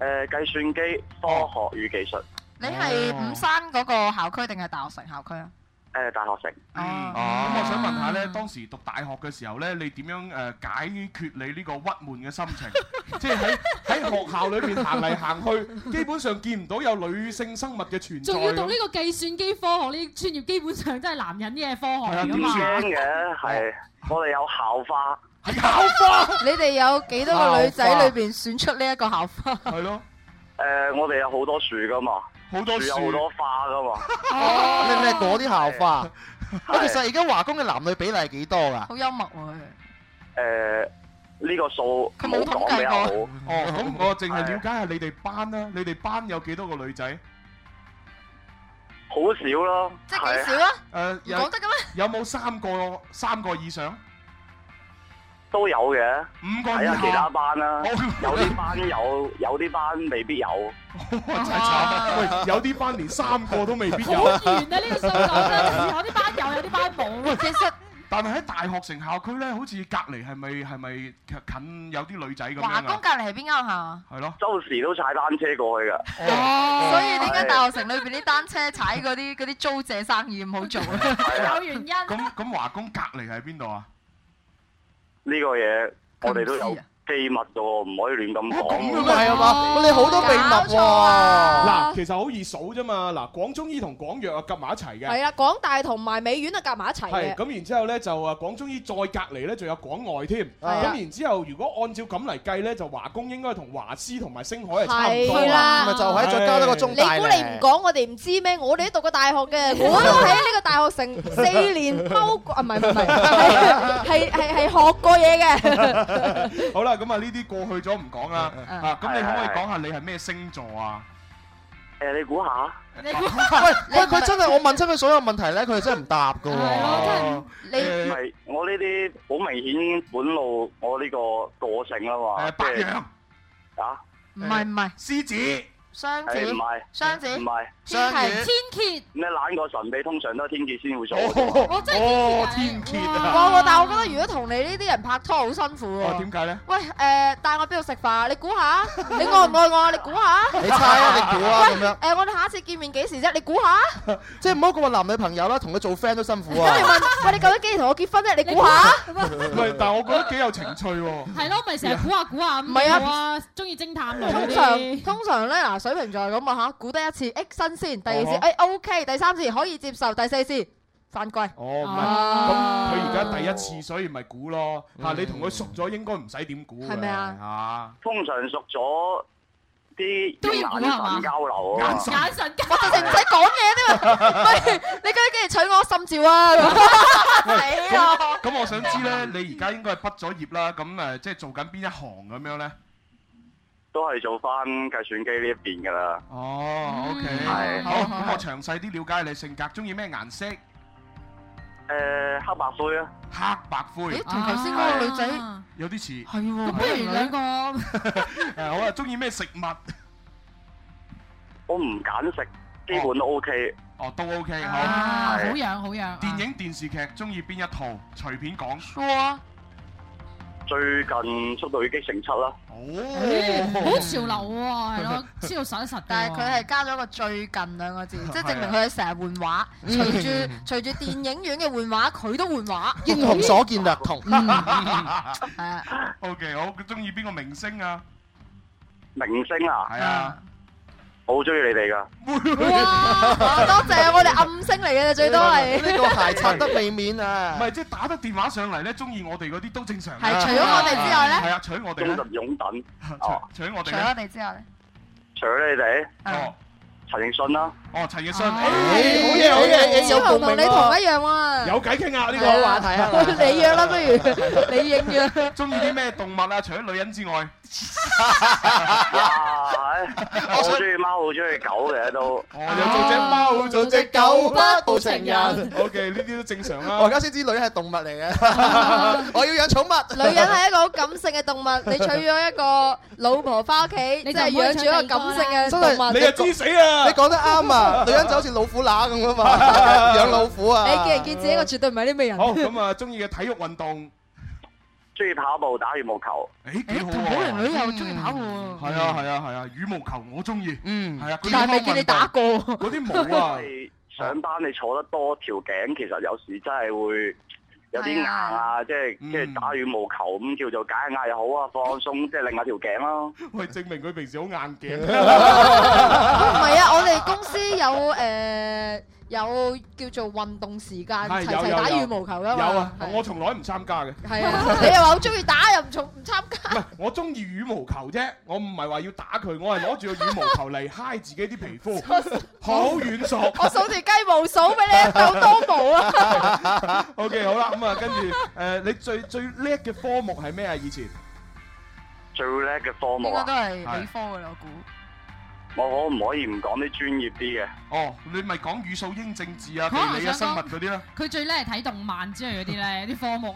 誒計算機科學與技術，
你
哦
係五山嗰個校區定係大學城校區啊？
誒大學城。
哦，咁我想問下咧，當時讀大學嘅時候咧，你點樣誒解決你呢個鬱悶嘅心 情？即係喺喺學校裏邊行嚟行去，基本上見唔到有女性生物嘅存在。
仲要讀呢個計算機科學呢啲專業，基本上都係男人嘅科
啊
學嚟噶
唔
嘛。
驚嘅，係我哋有校花，
你哋有幾多個女仔裏边選出呢一個校花？
係咯。
誒我哋有好多樹噶嘛，
好多
有
樹
好多花噶嘛。
你你係嗰啲校花。喂，其實而家華工嘅男女比例係幾多㗎？
好幽默喎，
誒呢個數
佢冇統
講比
計
較
過
好。
哦，
啊
咁我淨係了解下你哋班啦，你哋班有幾多個女仔？
好少咯，即係
幾少啊？
誒，有
講得嘅咩？
有冇三個三個以上？
都有嘅，
五個
睇下
以下
其 他班啦
好，
有啲班有，有啲班未必有。
喂，有啲班連三個都未必有。
好遠啊！呢個數 講真，有啲班有，有啲班冇。
其實
但係喺大學城校區咧，好似隔離係咪係咪近有啲女仔咁
華
樣
工
啊？
隔離係邊間學校啊？
係咯。
周時都踩單車過去噶。
所以點解大學城裏邊啲單車踩嗰啲嗰啲租借生意唔好做啊？
有
原因。
咁咁華工隔離係邊度啊？
呢個嘢我哋都有
佢唔
機密噶喎，唔可以亂咁
咁
講。
嘅咩係啊嘛喂你好多秘密喎搞錯啊
嗱，其實好易數啫嘛。嗱，廣中醫同廣藥啊夾埋一齊嘅。
係啦，廣大同埋美院啊夾埋一齊嘅。
係咁，然之後咧就啊廣中醫再隔離咧，仲有廣外添。
啊
咁然之後，如果按照咁嚟計咧，就華工應該同華師同埋星海係差唔多
係啦
咪就係再加多個中大
你估你唔
咧
講，我哋唔知咩？我哋都讀過大學 嘅，我都喺呢個大學城四年踎過，啊唔係唔 係，係係係係學過嘢 嘅。
好啦，咁啊呢啲過去咗唔講啦。
嗯
啊，咁你可唔可以
係係
講下你係咩星座啊？
誒，你估下？
喂，喂，佢真係我問親佢所有問題咧，佢係真係唔答㗎喎。
唔係我呢啲好明顯本路我呢個個性啊嘛。白羊啊？
唔係唔係，
獅子、
雙子
誒唔係、
雙子、
唔係
天蠍、
天
你懶過神秘，通常都係天蠍先會做。
我
真
係哦天蠍啊
哇！哇但係我覺得如果同你呢啲人拍拖好辛苦
哦，
喎
點。解咧？
喂，誒帶我邊度食飯？你估下，你愛唔愛我？你估下。
你猜啊你估啊
喂
咁樣
誒，我哋下一次見面幾時啫？你估下。
即係唔好講話男女朋友啦，同佢做 friend 都辛苦
咁你
啊。
問，喂，你究竟幾時同我結婚啫？你估下。
唔係，但係我覺得幾有情趣喎。
係咯，咪成日估下估下咁。
唔係啊
有啊，中意偵探類嗰
通
啲
常通常咧嗱，水瓶座係咁啊嚇，估得一次，誒新鮮，第二次
哦
誒 OK，第三次可以接受，第四次犯規。
哦，唔係，咁佢而家第一次，所以咪估咯嚇。你同佢熟咗，應該唔使點估嘅。
係咪啊
啊？
通常熟咗啲
都
用
要估
眼神交流啊嘛。
眼神
我直情唔使講嘢添啊！喂，你究竟幾時娶我心照啊？咁死啊！
咁咁我想知咧，你而家應該係畢咗業啦，咁誒即係做緊邊一行咁樣咧？
都係做翻計算機呢一邊㗎啦。
哦，OK，
係
好，咁我詳細啲了解你性格，中意咩顏色？
誒黑白灰啊，
黑白灰。
咦同頭先嗰個女仔
有啲似。
係喎，不如兩個
誒好啊，中意咩食物？
我唔揀食，基本都 OK。
哦，都 OK，
啊，
好。
好樣好樣。
電影電視劇中意邊一套？隨便講。
哇！
最近《速度與激情七》啦，
咦好潮流喎，係咯，知道啊實一實㗎喎。
但係佢係加咗個最近兩個字，即係證明佢係成日換畫。
嗯
隨住隨住電影院嘅換畫，佢都換畫。
英雄所見略 同。
O K，好，佢中意邊個明星啊？
明星啊，
係啊，
我好中意你哋㗎。
哇！多謝我哋暗星嚟嘅，最多係
呢個鞋擦得未免 啊
唔！係，即係打得電話上嚟咧，中意我哋嗰啲都正常嘅。
係除咗我哋之外呢
係啊，除咗我哋
忠
咧
實擁趸，
除除咗我哋
除咗我
咧，
哋之後咧，
除咗你哋，
哦，
陳奕迅 啦。
哦，陳奕迅，
好嘢好嘢，有共鳴喎
有偈傾啊呢
係
個
啊話題啊你約啦不如你應約。
中意啲咩動物啊？除咗女人 之外，
我好中意貓，好中意狗嘅都。
做只貓，做只
狗不務成人
OK，呢啲都正常啦。
我而家先知女係動物嚟 嘅，我要養寵物。
女人係一個好感性嘅動物，你娶咗一個老婆翻屋企，即係養住一個感性嘅動物。
真係
你
死啊！
你講得啱啊！女人就好似老虎乸咁啊嘛，養老虎啊！
見仁見智，呢個絕對唔係啲咩人。
好咁啊，中意嘅體育運動，
中意跑步、打羽毛球。
誒幾好
同好人女又
喎！
中意跑步喎。
係啊係啊係啊，羽毛球我中意，嗯，係啊，嗰啲
但係未見你打過
嗰啲冇啊。
上班你坐得多條頸，其實有時真係會有啲硬啊，即係即
嗯
係打羽毛球咁叫做解下壓又好啊，放 鬆即係另下條頸咯。
喂，證明佢平時好硬頸。嗯
唔係啊，我哋公司有誒有叫做運動時間，齊齊打羽毛球噶嘛。
有啊，我從來唔參加嘅。
係啊，你又話好中意打，又唔從唔參加。
我中意羽毛球啫，我唔係話要打佢，我係攞住個羽毛球嚟嗨自己啲皮 膚，好軟熟。
我數條雞毛數俾你，有多毛啊！
O K，好啦，咁啊，跟住誒，你最最叻嘅科目係咩啊？以前
最叻嘅科目
應該都
啊，
係理科㗎啦，我估。
我可唔可以唔講啲專業啲嘅？
哦，你咪講語數英政治啊、
可能
地理啊、
想
生
講
物嗰啲啦。
佢最叻係睇動漫之類嗰啲咧，啲科目。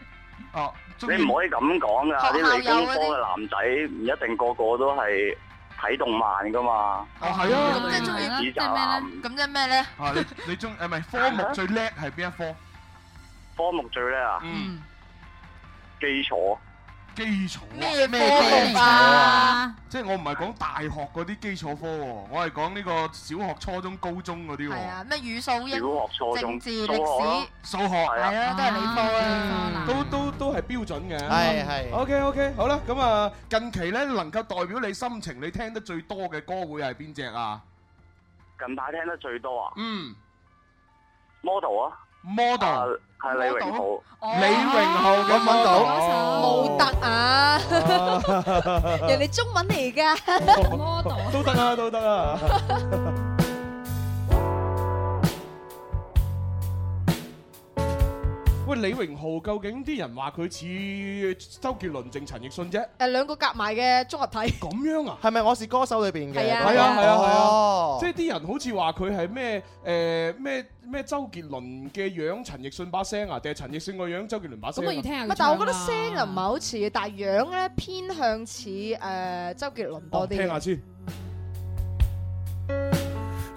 哦，
你唔可以咁講㗎，
學校
啲理工
有
科
嗰
嘅
啲
男仔唔一定個個都係睇動漫㗎嘛。
哦，係啊。
咁即係中意
係
即係咩咧？咁即係咩咧？
啊，你你中誒咪科目最叻係邊一科？
科目最叻啊？
嗯，
基礎。
基礎啊
咩科目啊
基礎啊？即係我唔係講大學嗰啲基礎科喎，我係講呢個小學、初中、高中嗰啲喎。
係啊，咩語數英、
小學初
政
中
治、
數學
歷史
咯，數學
係啊，都係理科啦。
都都都係標準嘅。
係係
OK OK，好啦，咁啊，近期咧能夠代表你心情，你聽得最多嘅歌會係邊只啊？
近排聽得最多啊？
嗯
，model 啊
，model
係李榮浩。
李榮浩嘅 model，
冇得啊！
아.
人哋中文嚟㗎。
都得啊，都 得啊。喂，李榮浩究竟啲人話佢似周杰倫定陳奕迅啫？
誒兩個夾埋嘅綜合體。
咁樣啊？
係咪我是歌手裏邊嘅？
係啊，係啊，係啊
哦，
即係啲人好似話佢係咩誒咩咩周杰倫嘅樣，陳奕迅把聲啊，定係陳奕迅個樣，周杰倫把聲啊？
唔係但係我覺得聲又唔係好似嘅，但係樣咧偏向似誒周杰倫
哦
多啲。
聽下先。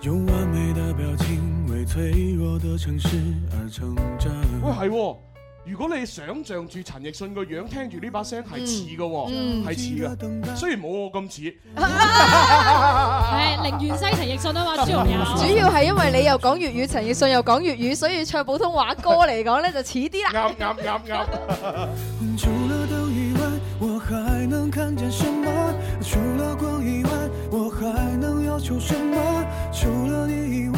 用完美的表情为脆弱的城市而成长。
喂，哦係喎。如果你想象住陳奕迅個樣，聽住呢把聲係似嘅喎，
嗯
係似嘅。雖然冇我咁 似，
誒，寧願西陳奕迅啊嘛，朱紅友。
主要係因為你又講粵語，陳奕迅又講粵語，所以唱普通話歌嚟講咧就似啲啦。
啱啱啱啱。
除了灯以外，我还能看见什么？除了光以外，我还能要求什么？除了你以外，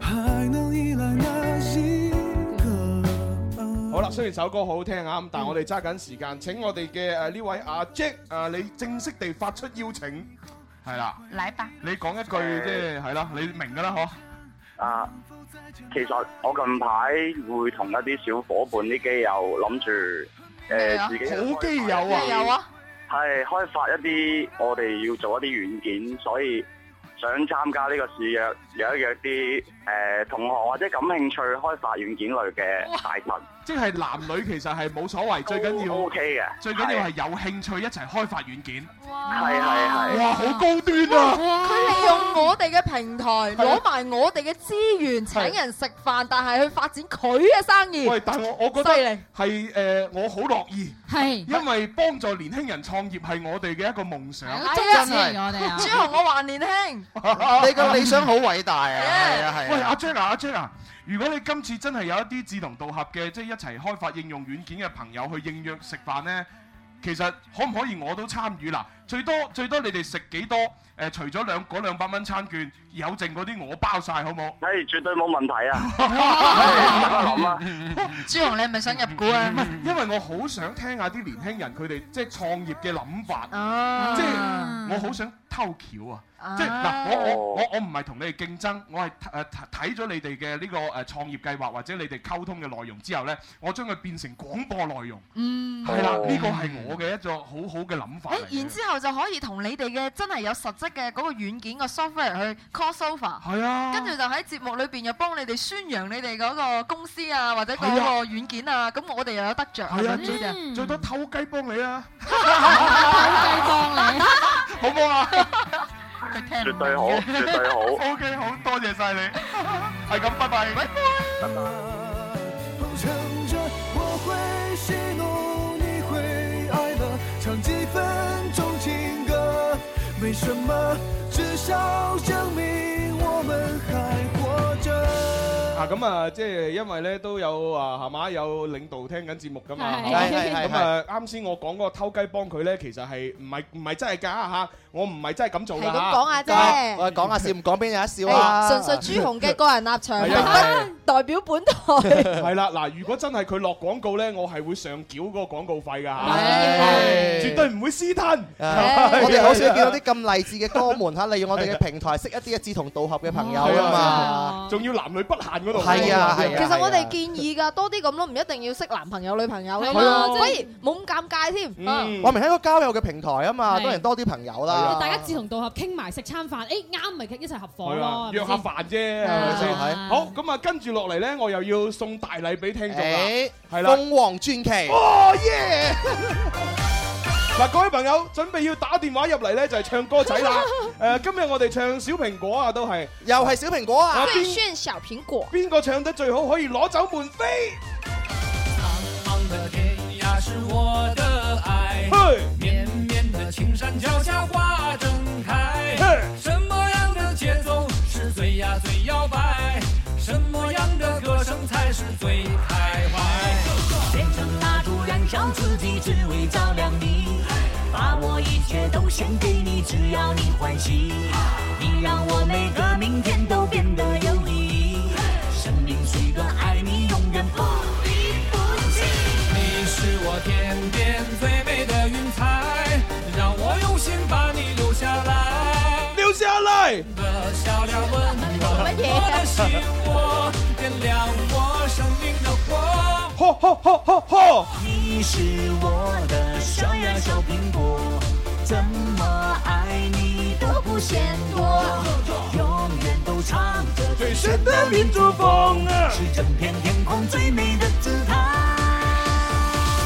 还能依赖哪些个？
好啦，雖然首歌好好聽啊，咁但係我哋揸緊時間，請我哋嘅呃誒呢位阿 Jack 啊，你正式地發出邀請，係啦，
嚟吧。
你講一句即係係啦，你明㗎啦，嗬。
啊，其實我近排會同一啲小伙伴啲基友諗住
咩啊
誒自己
好基友啊咩友啊，
係開發一啲我哋要做一啲軟件，所以想參加呢個試約，約一約啲誒同學或者感興趣開發軟件類嘅大群。
即係男女其實係冇所謂，最緊要
OK 嘅，
最緊要係有興趣一齊開發軟件。
係係係。
哇，好高端啊！
佢利用我哋嘅平台，攞埋我哋嘅資源請人食飯，但係去發展佢嘅生意。
喂，但我我覺得
犀利
係誒，我好樂意，
係
因為幫助年輕人創業係我哋嘅一個夢想。
朱紅，我還年輕。
你個理想好偉大啊！係啊係啊。
喂，阿 Jack 啊，阿 Jack 啊，如果你今次真係有一啲志同道合嘅，即係一齊開發應用軟件嘅朋友去應約食飯呢，其實可唔可以我都參與嗱？最多最多你哋食幾多？誒，除咗兩嗰兩百蚊餐券，有剩嗰啲我包晒，好冇？
係絕對冇問題啊！
朱紅，你係咪想入股啊？
因為我好想聽下啲年輕人佢哋即係創業嘅諗法，
啊
即係我好想偷橋啊！
啊
即係嗱，我我我我唔係同你哋競爭，我係誒睇咗你哋嘅呢個誒創業計劃或者你哋溝通嘅內容之後呢，我將佢變成廣播內容。
嗯
係啦，呢個係我嘅一個好好嘅諗法嚟嘅。
誒，然之後就可以同你哋嘅真係有實質嘅嗰個軟件個 software 去 crossover，
係啊
跟住就喺節目裏邊又幫你哋宣揚你哋嗰個公司啊，或者嗰
係啊
個軟件啊，咁我哋又有得着
係
咁樣
啊，
啫
最最多偷雞幫你啊！
好雞幫你。
好唔好啊？
絕對好，絕對好。
O K，好多謝晒你，係咁，拜拜，拜
唱着我會喜怒，你會哀樂，唱幾分鐘情歌，沒什麼，至少證明我們還活着。
啊咁啊，即係因為咧都有啊，係嘛有領導聽緊節目噶嘛，
係
係嘛
係係係
咁啊，啱先我講嗰個偷雞幫佢咧，其實係唔係唔係真係㗎嚇？我唔係真係咁做㗎
係咁
嚇
講啊下啫
我講下笑，唔講邊有得笑
純粹朱紅嘅個人立場，
係
並
啊
不代表本台。
係啦，嗱，如果真係佢落廣告咧，我係會上繳嗰個廣告費㗎嚇，係絕對唔會私吞。
我哋好少見到啲咁勵志嘅哥們嚇，利用我哋嘅平台識一啲嘅志同道合嘅朋友啊嘛。
仲要男女不限嗰度。
係啊係啊
其實我哋建議㗎，多啲咁咯，唔一定要識男朋友女朋友㗎
係啊
嘛，反而冇咁尷尬添。啊
我明係一個交友嘅平台啊嘛，
係
當然多啲朋友啦。
大家志同道合傾埋食餐飯，誒啱咪一齊合伙
係啊
咯，係咪
約下
先
飯啫，係咪先？好，咁啊，跟住落嚟咧，我又要送大禮俾聽眾啦
誒，
係啦，
鳳凰傳奇。
哦耶！嗱，各位朋友，準備要打電話入嚟咧，就係唱 歌仔啦。誒，今日我哋唱小蘋果啊，都係
又係小蘋果啊
最炫小蘋果。
邊個唱得最好，可以攞走門飛。
昂的天涯是我的爱，绵绵的青山脚下花正开。什么样的节奏是最呀最摇摆？什么样的歌声才是最开怀？变成蜡烛燃烧自己，只为照亮你。把我一切都献给你，只要你欢喜。你让我每个明天都变得有意义。生命虽短，爱你永远不离不弃。你是我天边最美的云彩，让我用心把你留下来。
留下来。
的笑脸温暖我的心窝，点亮我生命的火。
吼吼吼吼吼！
你是我的小呀小苹果，怎么爱你都不嫌多，永远都唱着最炫的民族风啊，是整片天空最美的姿态。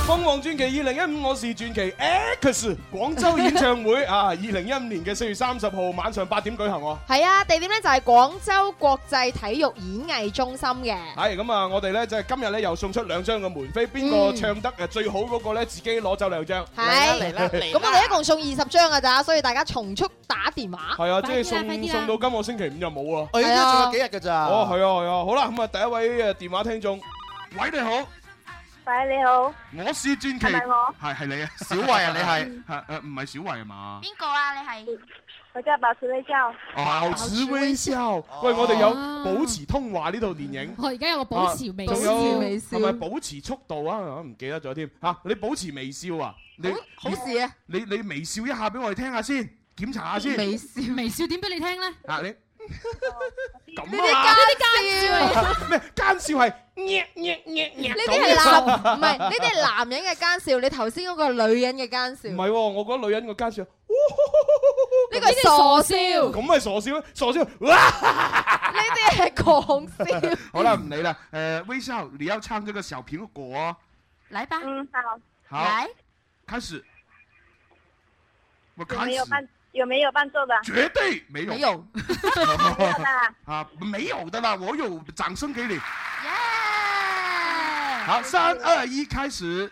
鳳凰傳奇二零一五我是傳奇 X 廣州演唱會啊，二零一五年嘅四月三十號晚上八點舉行喎。
係啊，地點咧就係廣州國際體育演藝中心嘅。
係咁啊！我哋咧即係今日咧又送出兩張嘅門飛，邊個唱得誒最好嗰個咧，自己攞走兩張。
係咁我哋一共送二十張㗎咋，所以大家從速打電話。
係啊，即係送送到今個星期五就冇啦。
我應該仲有幾
日㗎咋
哦，係啊，係啊。好啦，咁啊，第一位誒電話聽眾，喂你好，
喂，你好，
我是傳奇，
係咪我
係係你啊，
小慧啊你 係
係誒唔係小慧啊嘛？
邊個啊？你係我叫白雪你叫。
保持微笑。喂，我哋有保持通話呢套電影。
我而家有個保持微笑，
仲有係咪保持速度啊？我唔記得咗添嚇，你保持微笑啊！你
好事啊！
你你微笑一下俾我哋聽下先，檢查下先。
微笑微笑點俾你聽咧？
啊 你。咁
呢啲
啊！
奸笑嚟
咩奸笑係？
呢啲係男，唔係呢啲係男人嘅奸笑，你頭先嗰個係女人嘅奸笑
唔。係喎，我覺得女人個奸笑，
呢個係傻笑，
咁咪傻笑，傻笑，哇！
呢啲係狂笑。
好啦，唔理啦。誒，呃微笑，你要唱這個小蘋果，
來吧，
嗯，好。
好
來，
開始。我
有
開
没有
始，
伴有没有伴奏的？
絕對沒有，
沒有沒有的啊。
啊，沒有的啦，我有掌聲給你。好，三二一，開始。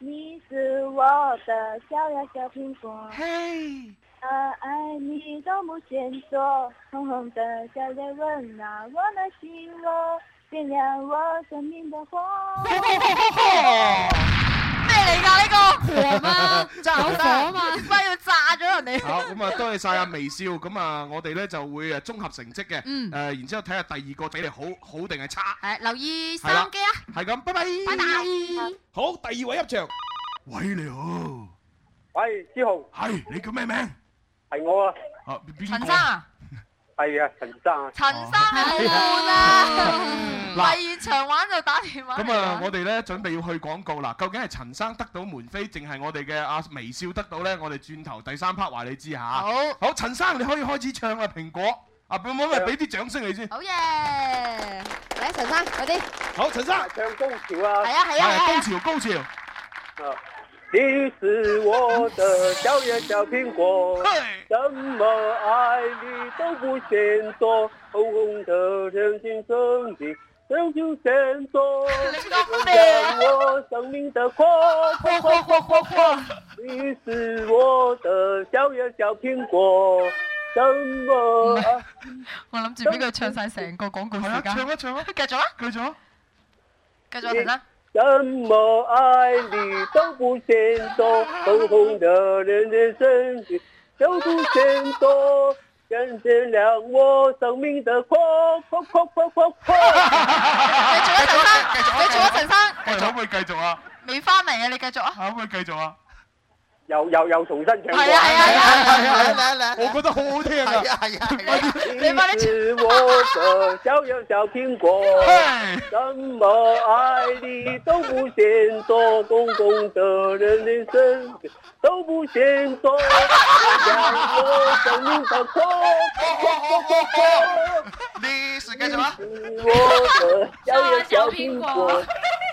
你是我的小呀小苹果，
嘿，
啊，爱你都不嫌多，红红的小脸温暖我的心窝，点亮我生命的火。
咩嚟㗎呢個？ 快要炸咗人哋。
好，咁啊，多謝晒阿微笑，咁啊，我哋咧就會誒綜合成績嘅，誒，
嗯
然之後睇下第二個俾你好好定係差，係
誒，
啦，
留意收音機啊。
係咁，拜拜，拜
拜。
好，第二位入場，喂你好，
喂，朱豪，
係你叫咩名？
係我啊。
陳生啊，
係啊，陳生啊。
陳生好悶啊，
嗱
例如長玩就打電話嚟
咁啊，
玩。
我哋咧準備要去廣告啦。究竟係陳生得到門飛，定係我哋嘅阿微笑得到呢？我哋轉頭第三 part 話你知嚇。好，好，陳生你可以開始唱啦，蘋果。啊，唔好唔好俾啲掌聲你先。
好嘢！嚟陳生嗰啲，
好，陳生。
唱高潮
Ờ.
啊！
係啊係
Ờ,
啊係啊
高潮高潮。
啊你是我的小呀小蘋果，怎麼愛你都不嫌多，紅紅的甜心送你，生就先做，增加我生命的火火火火火火。你是我的小呀小蘋果，怎麼愛？
我諗住俾佢唱晒成個廣告時
Ờ,
間。
係啊唱
啊唱啊！
繼續啊！
繼續啊！
繼續啊，陳生。
怎么爱你都不嫌多，红红的脸的身体都不嫌多，展现了我生命的阔阔阔阔阔阔。
你做咗陳生，
喂，可唔可以繼續啊？
未翻嚟啊！你繼續啊！
可唔可以繼續啊？
又又又重新唱過。
係啊係啊係啊係啊係啊係啊
我覺得好好聽
Dạ,
啊！
你把你是我的小呀小苹果，怎么爱你都不嫌多，公公的人的身体都不嫌多，让我生命的阔阔阔阔阔。
你是干什么？
我的小呀小苹果。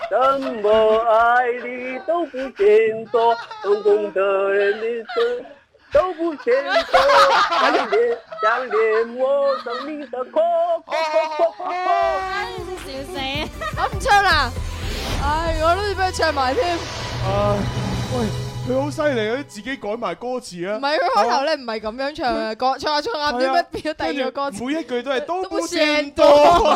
怎么爱你都不嫌多，公公的人的身都不嫌多，想念想念我生命的阔阔阔阔阔
笑死！我唔唱啦，唉，我都要俾佢唱埋添。唔
啊，喂，佢好犀利啊！自己改埋歌詞啊。
係佢開頭咧唔係咁樣唱嘅，講唱下唱下，唔知點解變咗第二個歌詞。
每一句都係都
不
嫌
多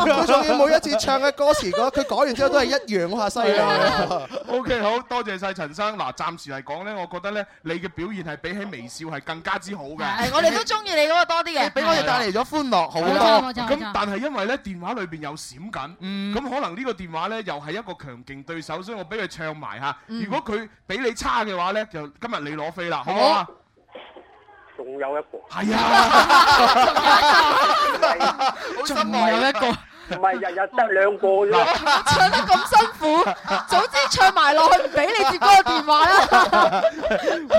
佢仲要每一次唱嘅歌詞，佢改完之後都係一樣，嗰下犀利 啊！
O K，好多謝晒陳生。嗱，暫時嚟講呢，我覺得呢，你嘅表現係比起微笑係更加之好嘅。
係我哋都中意你嗰個多啲嘅，
俾我哋帶嚟咗歡樂好
好
多。
多咁但係因為咧電話裏邊有閃緊，咁可能呢個電話咧又係一個強勁對手，所以我俾佢唱埋嚇。
嗯
如果佢比你差嘅話咧，就今日你攞飛啦，好唔好
好
啊？，
仲有一個。
係 啊，
仲有一個。唔係日日得兩個啫，
唱得咁辛苦，早知唱埋落去唔俾你接嗰個電話啊啦。
冇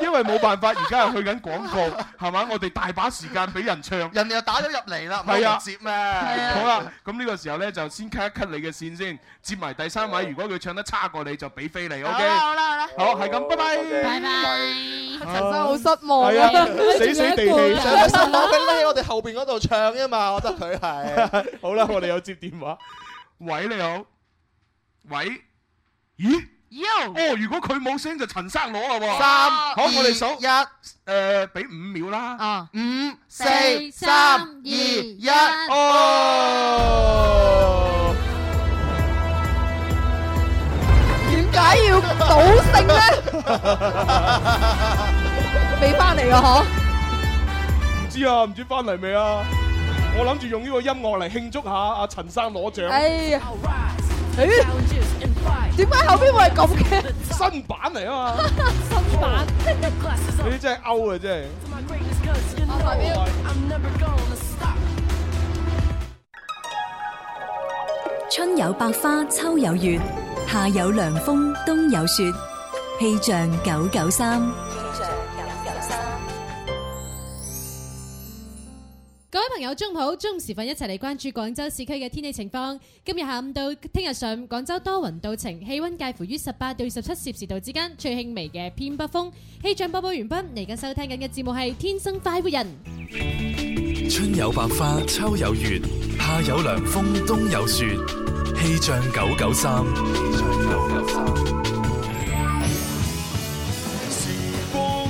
因為冇辦法，而家係去緊廣告，係嘛？我哋大把時間俾人唱，人哋又打咗入嚟啦係啊，
接咩？好
好啦，咁呢個時候咧就先 cut 一 cut 你嘅線先，接埋第三位。如果佢唱得差過你，就俾飛你。O K。
好啦好啦
好，係咁，拜拜。
拜拜。
陳生好失望
啊係 啊死死地氣
上
啊
咪失望嘅咧，我哋後邊嗰度唱啫嘛，我覺得佢係。
好啦，我哋有接電話。喂，你好。喂。咦？哦，如果佢冇聲就陳生攞啦 喎。
三
好，我哋數
二
一，誒，俾五秒啦。
Ờ,
啊，
五、
四三二一
哦。
點解要賭性咧？未翻嚟啊！
唔知啊，唔知翻嚟未啊？我諗住用呢個音樂嚟慶祝下阿陳生攞獎。
嗬！哎呀，咦點解後邊會係咁嘅？
新版嚟啊嘛！
新版。
你真係勾啊，真係。
春有百花，秋有月，夏有涼風，冬有雪。氣象九九三，
各位朋友，中午好！中午時分一齊嚟關注廣州市區嘅天氣情況。今日下午到聽日上午，廣州多雲到晴，氣温介乎於十八到二十七攝氏度之間，吹輕微嘅偏北風。氣象播報完畢，嚟緊收聽緊嘅節目係《天生快活人》。
春有百花，秋有月，夏有涼風，冬有雪。氣象九九三，
時光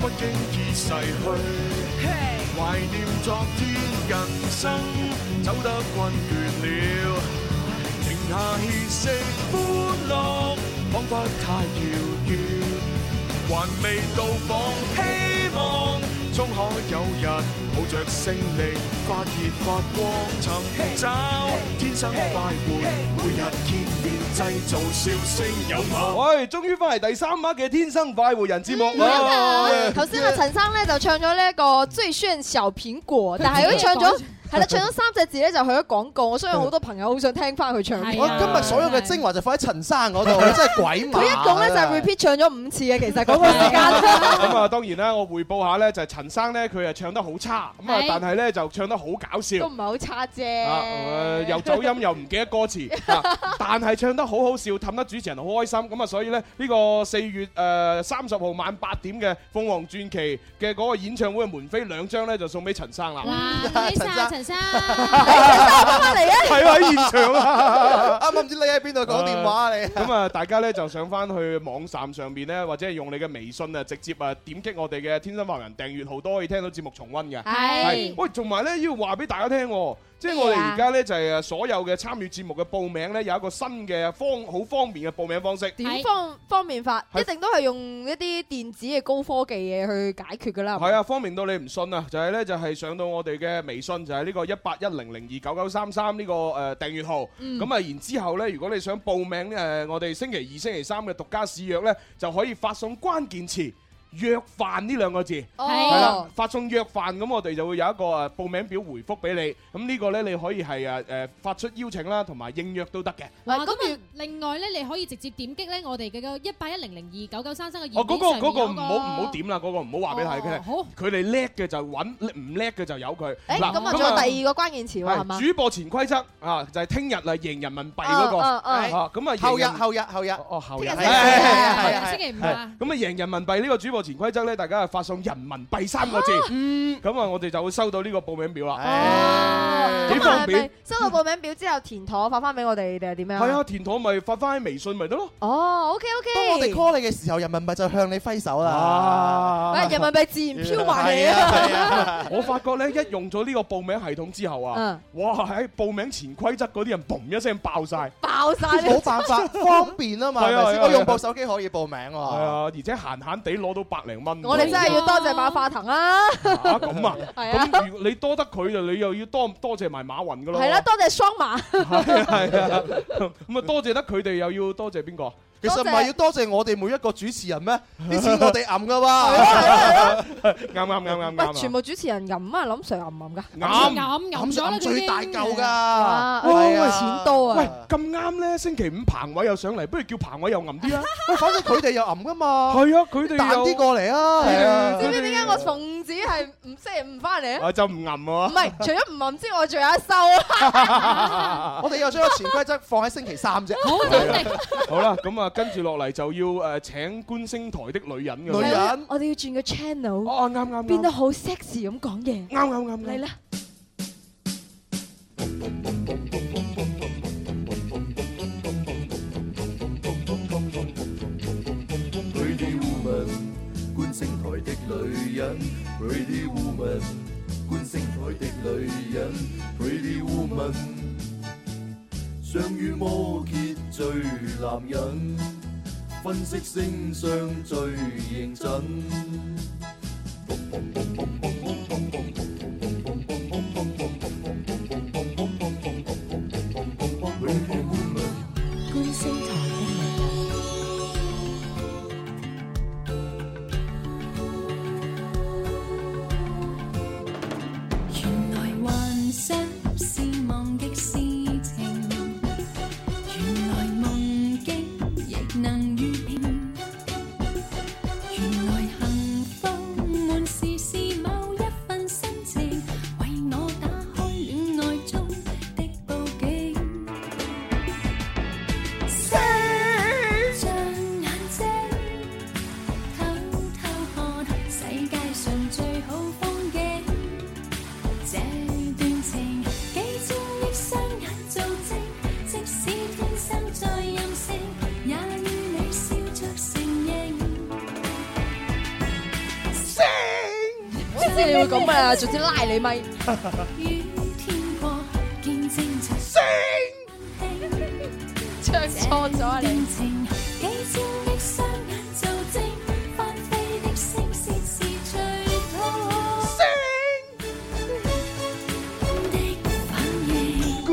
不經意逝去，懷念昨天，人生走得困倦了，停下歇息，歡樂彷彿太遙遠，還未到訪，希望在
終可有日抱着勝利發熱發光，尋找天生快活，每日見面製造笑聲有我。
喂，終於翻嚟第三 part 嘅《天生快活人》節
嗯
目啦！
頭先阿陳生咧就唱咗呢一個最炫小蘋 果，但係佢唱
啊
咗係啦，唱咗三隻字咧就去咗廣告，我相信好多朋友好想聽翻佢唱歌。
我今日所有嘅精華就放喺陳生嗰度，你真係鬼馬。
佢一共咧就係 repeat 唱咗五次嘅，其實嗰個時間。
咁啊，當然啦，我匯報下咧，就係陳生咧，佢啊唱得好差，咁啊
係，
但係咧就唱得好搞笑
都。唔係好差啫。
啊！誒又走音又唔記得歌詞， 啊但係唱得好好笑，氹得主持人好開心。咁啊，所以咧呢個四月誒三十號晚八點嘅《鳳凰傳奇》嘅嗰個演唱會嘅門飛兩張咧，就送俾陳生啦。
恭喜晒陳生，
翻嚟嘅
係啊喺現場啊！
啱啱唔知匿喺邊度講電話你。
咁啊，大家咧就上翻去網站上面咧，或者係用你嘅微信啊，直接啊點擊我哋嘅《天生發人》訂閱號，都可以聽到節目重温嘅。
係
係喂，同埋咧要話俾大家聽喎。即係我哋而家咧就係誒呃所有嘅參與節目嘅報名咧有一個新嘅方好方便嘅報名方式。
點方方便法，一定都係用一啲電子嘅高科技嘢去解決㗎啦。
係啊，方便到你唔信啊！就係咧，就係上到我哋嘅微信，就係呢個一八一零零二九九三三呢個誒訂閱號。
嗯
咁啊，然之後咧，如果你想報名誒，我哋星期二、星期三嘅獨家試約咧，就可以發送關鍵詞。約飯呢兩個字，
哦
係啦，發送約飯咁，我哋就會有一個誒報名表回覆俾你。咁呢個呢，你可以係誒誒發出邀請啦，同埋應約都得嘅。
哇！咁啊，另外咧，你可以直接點擊咧我哋嘅個一八一零零二九九三三嘅頁
哦，
面
嗰個
上面
嗰個
有哦
唔好唔好點啦，嗰個唔好話俾大家聽。佢哋叻嘅就揾，唔叻嘅就由佢。
誒，
嗱
咁啊，仲有第二個關鍵詞喎，係嘛？
係主播潛規則啊，就係聽日啊贏人民幣嗰個
啊啊啊
啊，咁啊
後日
贏人
後日後日哦
後
日係
係係
係
係
星期五啊
係咁啊贏人民幣呢個主播潛規則咧，大家係發送人民幣三個字，
嗯
咁啊我哋就會收到呢個報名表
哦
啦，幾
咁啊，係
嗯方
咪
便。
收到報名表之後填妥發翻俾我哋定係點樣？
係啊，填妥咪發翻喺微信咪得咯。
哦，OK OK。
當我哋 call 你嘅時候，人民幣就向你揮手
啊
啦。
喂人民幣自然飄埋嚟
係啊！係啊
我發覺咧，一用咗呢個報名系統之後
嗯
啊，哇！喺報名潛規則嗰啲人，嘣一聲爆晒。
爆晒你
冇辦法，方便啊嘛，係
係啊
咪
係
先？
啊
我用部手機可以報名喎。
係啊，而且閒閒地攞到百零蚊。
我哋真係要多謝馬化騰啦，
啊咁啊，
係啊
咁如果你多得佢就你又要多多謝埋馬雲噶咯。
係啦，多謝雙馬，
係啊，咁啊多謝得佢哋又要多謝邊個？
其實唔係要多謝我哋每一個主持人咩？啲錢我哋揞噶
喎。啱啱啱啱
喂，
啱
全
啊！
部主持人吟啊，林 Sir 吟唔吟㗎？
啱
揞
揞咗啦已經最大嚿㗎
哇
哇
喂錢多
喂
啊！，
咁啱咧，星期五彭偉又上嚟，不如叫彭偉又 揞啲啦。
喂，反正佢哋又揞噶嘛。
係啊，佢哋
彈
又
啲過嚟啊。係啊
知唔知點解我奉旨係唔星期五翻嚟啊？
啊就唔 揞啊。
唔係，除咗唔吟之外，仲有一收啊！
我哋又將個潛規則放喺星期三啫。
好
係啊好啦，咁啊，跟住落嚟就要誒請觀星台的女人㗎啦。
係啊，我哋要轉個 channel，
哦嗯啱啱，
變得好 sexy 咁講嘢，
啱啱啱，
嚟啦！
Pretty Woman，觀星台的女人，Pretty Woman，觀星台的女人，Pretty Woman，相與摩羯最男人，分析星相最認真。Pretty Woman。
观星台的女人。
原來幻想是夢的事情，原來夢境亦能遇見，原來幸福滿是是某一份心情，為我打開戀愛中的布景。雙像眼睛，偷偷看世界上最好風景。這段情幾千億雙眼做證，即使天生再任性，也與你笑着承認。
我知你會咁啊，總之拉你咪。
雨天過，見證着
唱錯咗啊你！
情幾千億雙眼做證，翻飛的星屑是最好。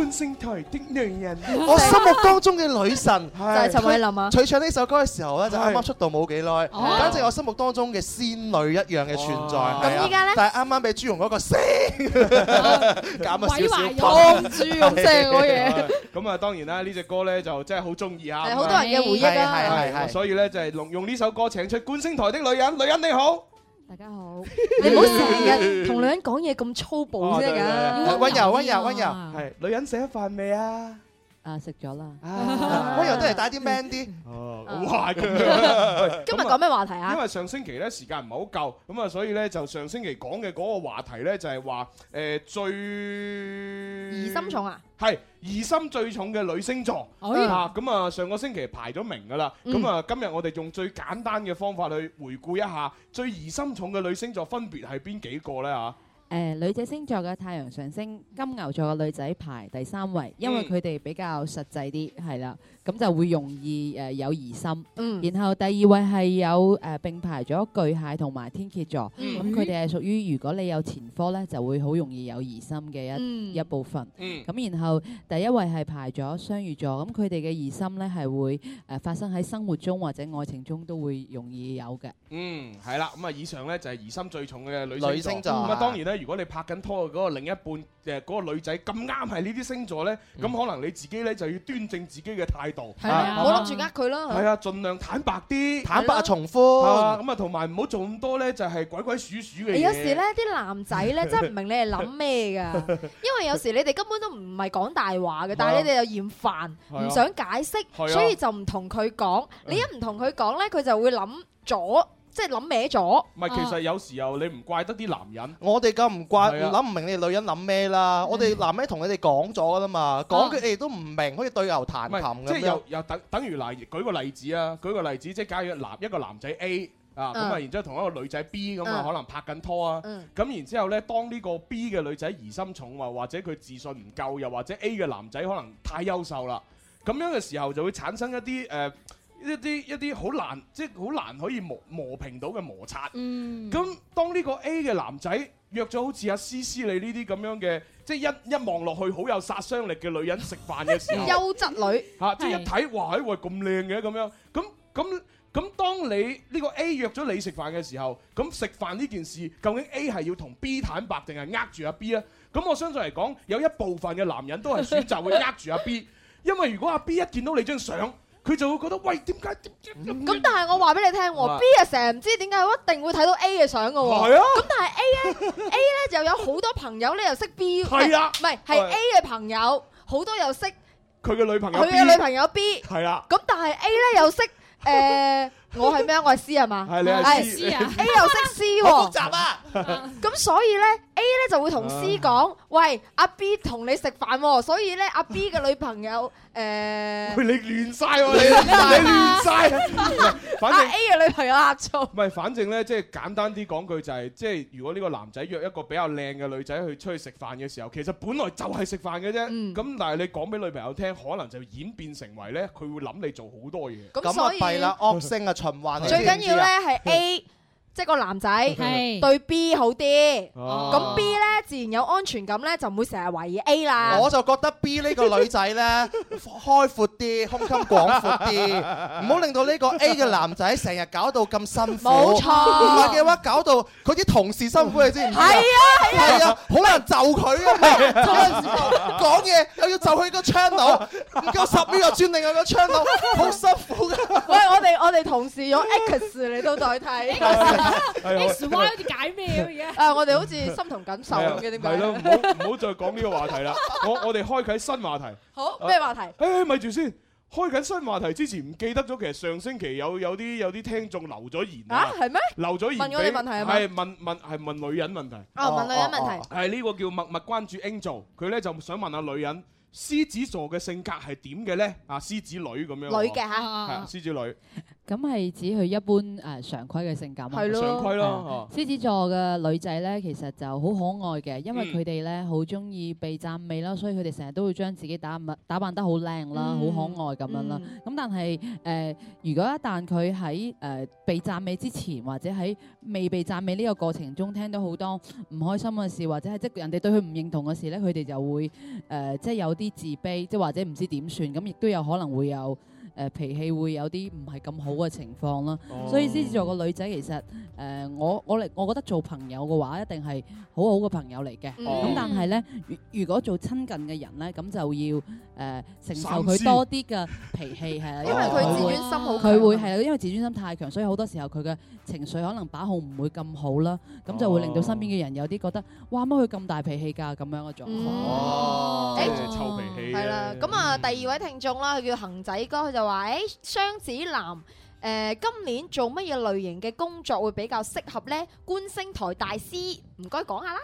性台的 女人。
我心目當中嘅女神就
係陳慧琳啊
佢唱呢首歌嘅時候咧，就啱啱出道冇幾耐，
哦
簡直我心目當中嘅仙女一樣嘅存在。
哦
係啊
咁依家呢
但係啱啱俾朱紅嗰個聲
哦
減咗少少分。
啊
當豬咁聲 嗰嘢。
咁啊，當然啦，呢只歌咧就真係好中意啊，
係好多人嘅回憶啊係係係係
所以咧就係用用呢首歌請出觀星台的女人，女人你好。
你唔好成 日同女人講嘢咁粗暴先得㗎。
温
哎
柔温柔温柔，
啊
係
女人食咗飯未啊？
啊，食咗啦。
温柔都嚟帶啲 man 啲。
哦，哇 咁樣。
今日講咩話題啊
因？為上星期咧時間唔係好夠，咁啊所以咧就上星期講嘅嗰個話題咧就係話誒最
疑心重啊！
係疑心最重嘅女星座
哎
啊，咁啊上個星期排咗名噶啦，
嗯
咁啊今日我哋用最簡單嘅方法去回顧一下最疑心重嘅女星座分別係邊幾個咧啊嚇？
誒、女仔星座嘅太陽上升，金牛座嘅女仔排第三位，因為
嗯
佢哋比較實際啲，係啦，咁就會容易誒、有疑心。
嗯
然後第二位係有誒、並排咗巨蟹同埋天蠍座，
嗯
咁佢哋係屬於如果你有前科咧，就會好容易有疑心嘅一、
嗯
一部分。
嗯
咁然後第一位係排咗雙魚座，咁佢哋嘅疑心咧係會誒、呃發生喺生活中或者愛情中都會容易有嘅。
嗯，係啦，咁啊，以上呢就係疑心最重嘅女
女
星
星座
座。咁啊，當然呢，如果你拍緊拖嘅嗰個另一半，誒、嗰個女仔咁啱係呢啲星座呢，
嗯
咁可能你自己呢就要端正自己嘅態度，
係啊，
係
我
嘛
諗住呃佢啦。
係啊，盡量坦白啲，
坦白
從寬。
咁啊，同埋唔好做咁多呢，就係鬼鬼祟祟嘅嘢。
你有時咧，啲男仔咧 真係唔明你係諗咩㗎， 因為有時你哋根本都唔係講大話嘅，但係你哋啊又嫌煩，
係啊
唔想解釋，
係啊
所以就唔同佢講。你一唔同佢講咧，佢就會諗咗，即係諗歪咗。
唔係，
啊
其實有時候你唔怪得啲男人。
我哋咁唔怪，
係啊
諗唔明你哋女人諗咩啦？我哋男人同你哋講咗噶啦
啊
嘛，講佢哋都唔明，好似對牛彈
唔係
琴
即
咁
係
樣
又。又等等於嗱，舉個例子啊，舉個例子，即係假如男一個男仔 A 啊，咁啊，
嗯
然之後同一個女仔 B 咁啊，
嗯
可能拍緊拖啊，
嗯
咁然之後咧，當呢個 B 嘅女仔疑心重啊，或者佢自信唔夠，又或者 A 嘅男仔可能太優秀啦，咁樣嘅時候就會產生一啲誒。呃一啲一啲好難，即係好難可以磨磨平到嘅摩擦。
嗯
咁當呢個 A 嘅男仔約咗好似阿思思你呢啲咁樣嘅，即係一一望落去好有殺傷力嘅女人食飯 嘅時候，
優質女
嚇，即係一睇，哇！喂，咁靚嘅咁樣，咁咁咁，當你呢個 A 約咗你食飯嘅時候，咁食飯呢件事，究竟 A 係要同 B 坦白，定係呃住阿 B 啊？咁我相信嚟講，有一部分嘅男人都係選擇會呃住阿 B，因 為如果阿 B 一見到你張相，佢就會覺得喂，點解
咁但係我話俾你聽
哇
喎，B 啊成日唔知點解一定會睇到 A 嘅相嘅喎。
係啊
咁但係 A 咧，A 咧就有好多朋友咧又識 B，
係啊
唔係係
係
A 嘅朋友好多又識
佢嘅女朋友
佢
B，
嘅女朋友 B。
係啦。
咁但係 A 咧又識誒，我係咩啊？我係 C 係嘛？
係你係
係
C 啊
A 又識 C 喎，
好複
雜啊！
咁所以咧，A 咧就會同 C 講：，喂，阿 B 同你食飯喎，所以咧，阿 B 嘅女朋友誒，
喂，你亂晒喎，你你亂晒啊！唔係反
阿
正
A 嘅女朋友呷醋。
唔係，反正咧，即係簡單啲講句就係、即係如果呢個男仔約一個比較靚嘅女仔去出去食飯嘅時候，其實本來就係食飯嘅啫。咁、但係你講俾女朋友聽，可能就演變成為咧，佢會諗你做好多嘢。
咁所以
咁啊弊啦，惡性啊循環。你
最
知唔
緊
知
要咧
啊
係 A，即係個男仔
係
對 B 好啲，
啊
哦
咁 B 咧自然有安全感咧，就唔會成日懷疑 A 啦。
我就覺得 B 呢個女仔 呢，開闊啲，胸襟廣闊啲， 唔好令到呢個 A 嘅男仔成日搞到咁辛苦。
冇錯
唔係嘅話搞到佢啲同事辛苦，你知唔知？
係啊係啊
係啊，好難就佢啊！講嘢又要就佢個 channel，唔夠十秒就轉另外個 channel，好辛苦啊㗎。
喂，我哋我哋同事用 X 嚟到代替
X Y 好
似解咩咁而家？啊，我哋好似心同感受
係
咁
啊
嘅，點
係咯，唔
解？
好唔好再講呢個話題啦。我我哋開啟新話題。
好咩話題？
誒，咪住先。開緊新話題之前唔記得咗，其實上星期有有啲有啲聽眾留咗言
啊，係咩？
留咗言
問我哋
俾
問題係嘛
係問問係問女人問題。
哦問女人問題哦哦
係呢個叫默默關注 Angel，佢咧就想問下女人獅子座嘅性格係點嘅咧？啊，獅子女咁樣喎。
女嘅吓
係啊獅子女。
誒、咁係指佢一般誒、呃常規嘅性感啊，
係咯常規啦
誒獅子座嘅女仔咧，其實就好可愛嘅，因為
嗯
佢哋咧好中意被讚美啦，所以佢哋成日都會將自己打扮打扮得好靚啦，好、
嗯
可愛咁樣啦。
嗯
咁、但係誒、呃如果一旦佢喺誒被讚美之前，或者喺未被讚美呢個過程中聽到好多唔開心嘅事，或者係即係人哋對佢唔認同嘅事咧，佢哋就會誒、呃即係有啲自卑，即係或者唔知點算，咁亦都有可能會有。誒、脾氣會有啲唔係咁好嘅情況啦，
哦
所以獅子座個女仔其實誒、呃我我嚟我覺得做朋友嘅話，一定係好好嘅朋友嚟嘅。咁、
嗯
但係咧，如如果做親近嘅人咧，咁就要誒、呃承受
三
佢
思
多啲嘅脾氣係啦，
因為佢自
哦會
尊心好
啊
佢會
強
係啦啊因為自尊心太強，所以好多時候佢嘅情緒可能把控唔會咁好啦，咁就會令到身邊嘅人有啲覺得哇乜佢咁大脾氣㗎咁樣嘅狀況。
啊
哦
即係臭脾氣
係啦，咁啊，第二位聽眾啦，佢叫恒仔哥，佢就話：，誒、雙子男。誒、今年做乜嘢類型嘅工作會比較適合呢？觀星台大師，唔該講下啦。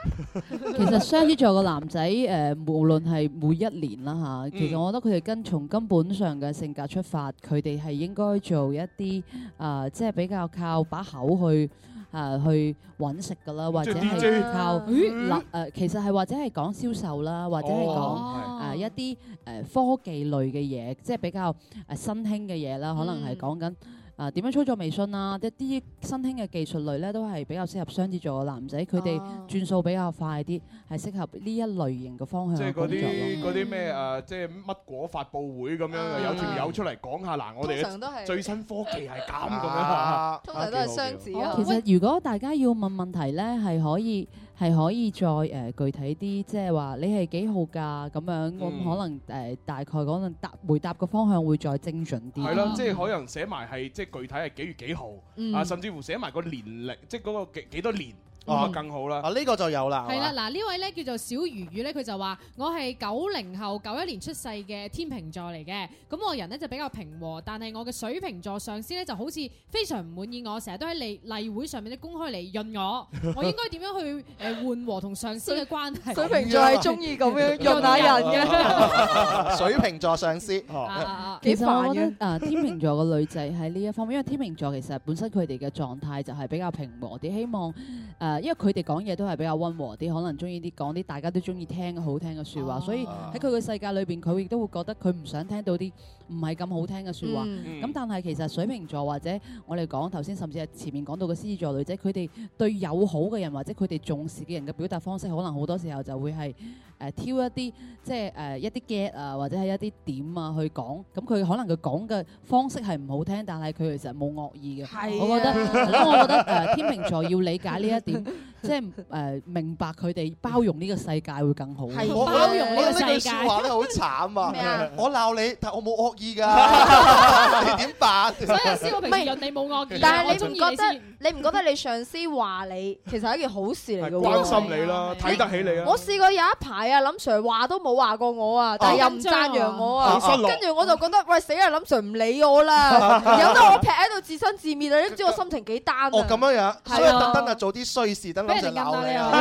其實 雙子座嘅男仔誒、呃，無論係每一年啦嚇，其實我覺得佢哋跟從根本上嘅性格出發，佢哋係應該做一啲啊、呃即係比較靠把口去。啊，去揾食噶啦，或者
即係 DJ
係靠
嗯
嗱誒，其實係或者係講銷售啦，或者係
哦
講誒一啲誒科技類嘅嘢，即係比較誒新興嘅嘢啦，可能係
嗯
講緊啊點樣操作微信啊，一啲新興嘅技術類咧，都係比較適合雙子座嘅男仔，佢哋轉數比較快啲，係適合呢一類型嘅方向
即係
嘅
嗰
工作
啲
咯。
嗰啲咩誒，即係乜果發佈會咁樣，有條友出嚟講下嗱，我哋
通常都係
嘅最新科技係咁咁樣
啊，通常都係雙子啊。
其實如果大家要問問題咧，係可以係可以再誒、呃具體啲，即係話你係幾號㗎咁樣，咁、
嗯
可能誒、呃大概可能答回答嘅方向會再精準啲。
係咯，即係可能寫埋係即係具體係幾月幾號
嗯
啊，甚至乎寫埋個年齡，即係嗰個幾幾多年啊更好啦。
啊呢個就有啦，
係啦，嗱呢位咧叫做小魚魚咧，佢就話我係九零後九一年出世嘅天秤座嚟嘅，咁我人咧就比較平和，但係我嘅水瓶座上司咧就好似非常唔滿意我，成日都喺例例會上面咧公開嚟潤 我，我應該點樣去誒緩和同上司嘅關係？
水瓶座係中意咁樣潤下人
嘅。水瓶座上司，哦
啊
啊
其實我覺得啊，天秤座嘅女仔喺呢一方面，因為天秤座其實本身佢哋嘅狀態就係比較平和啲，希望誒、呃因為佢哋講嘢都係比較温和啲，可能中意啲講啲大家都中意聽嘅好聽嘅説話，所以
啊
喺佢嘅世界裏邊，佢亦都會覺得佢唔想聽到啲唔係咁好聽嘅説話。咁、
嗯
但係其實水瓶座或者我哋講頭先，甚至係前面講到嘅獅子座女仔，佢哋對友好嘅人或者佢哋重視嘅人嘅表達方式，可能好多時候就會係。誒、挑一啲即係誒、一啲 get 啊，或者係一啲點啊去講，咁佢可能佢講嘅方式係唔好聽，但係佢其實冇惡意嘅。
係啊
我覺得，係咯我覺得誒、天秤座要理解呢一點， 即係誒、明白佢哋包容呢個世界會更好。
係我包容呢個世界。話咧好慘
咩啊
啊！我鬧你，但我冇惡意㗎，你點辦？
所以阿師我平時潤你冇惡意啊，
但
我
係
中
你唔
意
覺
先
得你唔覺得你上司話你其實係一件好事嚟嘅
係
喎？
關心你啦，睇得起你啦。
我試過有一排啊，林 Sir 話都冇話過我啊，但係
哦
又唔讚揚我啊，
好失落
跟住我就覺得喂死啊啦，林 Sir 唔理我啦，由得我劈喺度自生自滅啊！你都知我心情幾單啊！
哦咁樣樣，
係啊
所以特登就做啲衰事，等
俾人
諗
哋
住
暗
鬧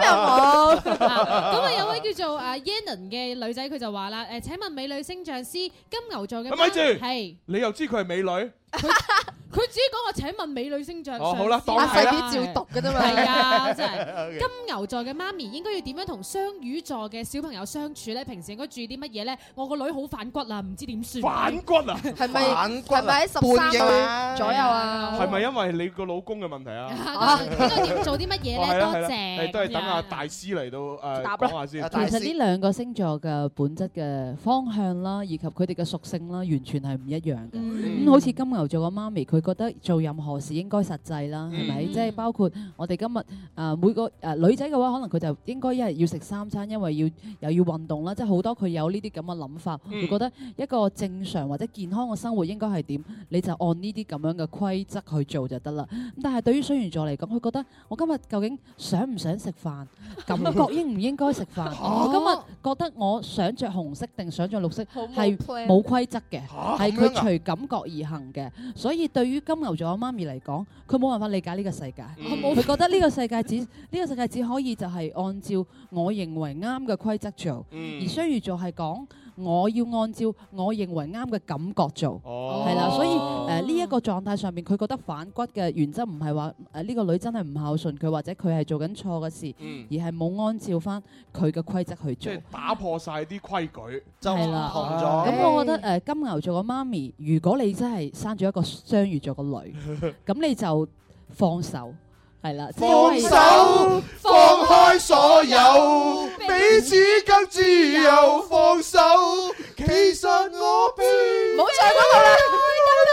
打
啊
你
你
啊！
啊！咁啊，有位叫做啊 Yannon 嘅女仔，佢就話啦：誒，請問美女星象師金牛座嘅
咪住
係
你又知佢係美女，
佢自己講話請問美女星象
哦好啦
上司
當係啦
係啊，真 係
OK
金牛座嘅媽咪應該要點樣同雙魚座嘅小朋友相處咧？平時應該注意啲乜嘢咧？我個女好反骨啊，唔知點算。
反 骨啊！
係咪
反骨啊
係咪喺十三
半英
歲
啊
左右啊？
係咪因為你個老公嘅問題啊？
應該點做啲乜嘢咧？
哦係啦係
多
啦
謝。
誒都係等阿大師嚟到誒講下先。
其實呢兩個星座嘅本質嘅方向啦，以及佢哋嘅屬性啦，完全係唔一樣嘅。咁、
嗯
好似金牛座嘅媽咪，佢覺得做任何事應該實際啦，係咪？
嗯
即係包括我哋今日啊、每個誒、呃女仔嘅話，可能佢就應該一係要食三餐，因為要又要運動啦，即係好多佢有呢啲咁嘅諗法，
嗯
會覺得一個正常或者健康嘅生活應該係點，你就按呢啲咁樣嘅規則去做就得啦。咁但係對於雙魚座嚟講，佢覺得我今日究竟想唔想 食飯？感覺應唔應該食飯？我今日覺得我想着紅色定想着綠色
好冇
係
plan
冇規則嘅，
嚇
係
咁
佢
樣啊
隨感覺而行嘅。所以對於金牛座嘅媽咪嚟講，佢冇辦法理解呢個世界。
嗯
佢覺得呢個世界只呢個世界只可以就係按照我認為啱嘅規則做，
嗯
而雙魚座係講我要按照我認為啱嘅感覺做，係
哦
啦、所以誒呢一個狀態上面，佢覺得反骨嘅原則唔係話誒呢個女真係唔孝順佢，或者佢係做緊錯嘅事，
嗯
而係冇按照翻佢嘅規則去
即
做
係。打破晒啲規矩，
係啦，咁我覺得誒金牛座嘅媽咪，如果你真係生咗一個雙魚座嘅女，咁你就放手，係啦，即係
放
因為
手，放開所有，彼此更自由。放手，其實我邊唔好
唱嗰度啦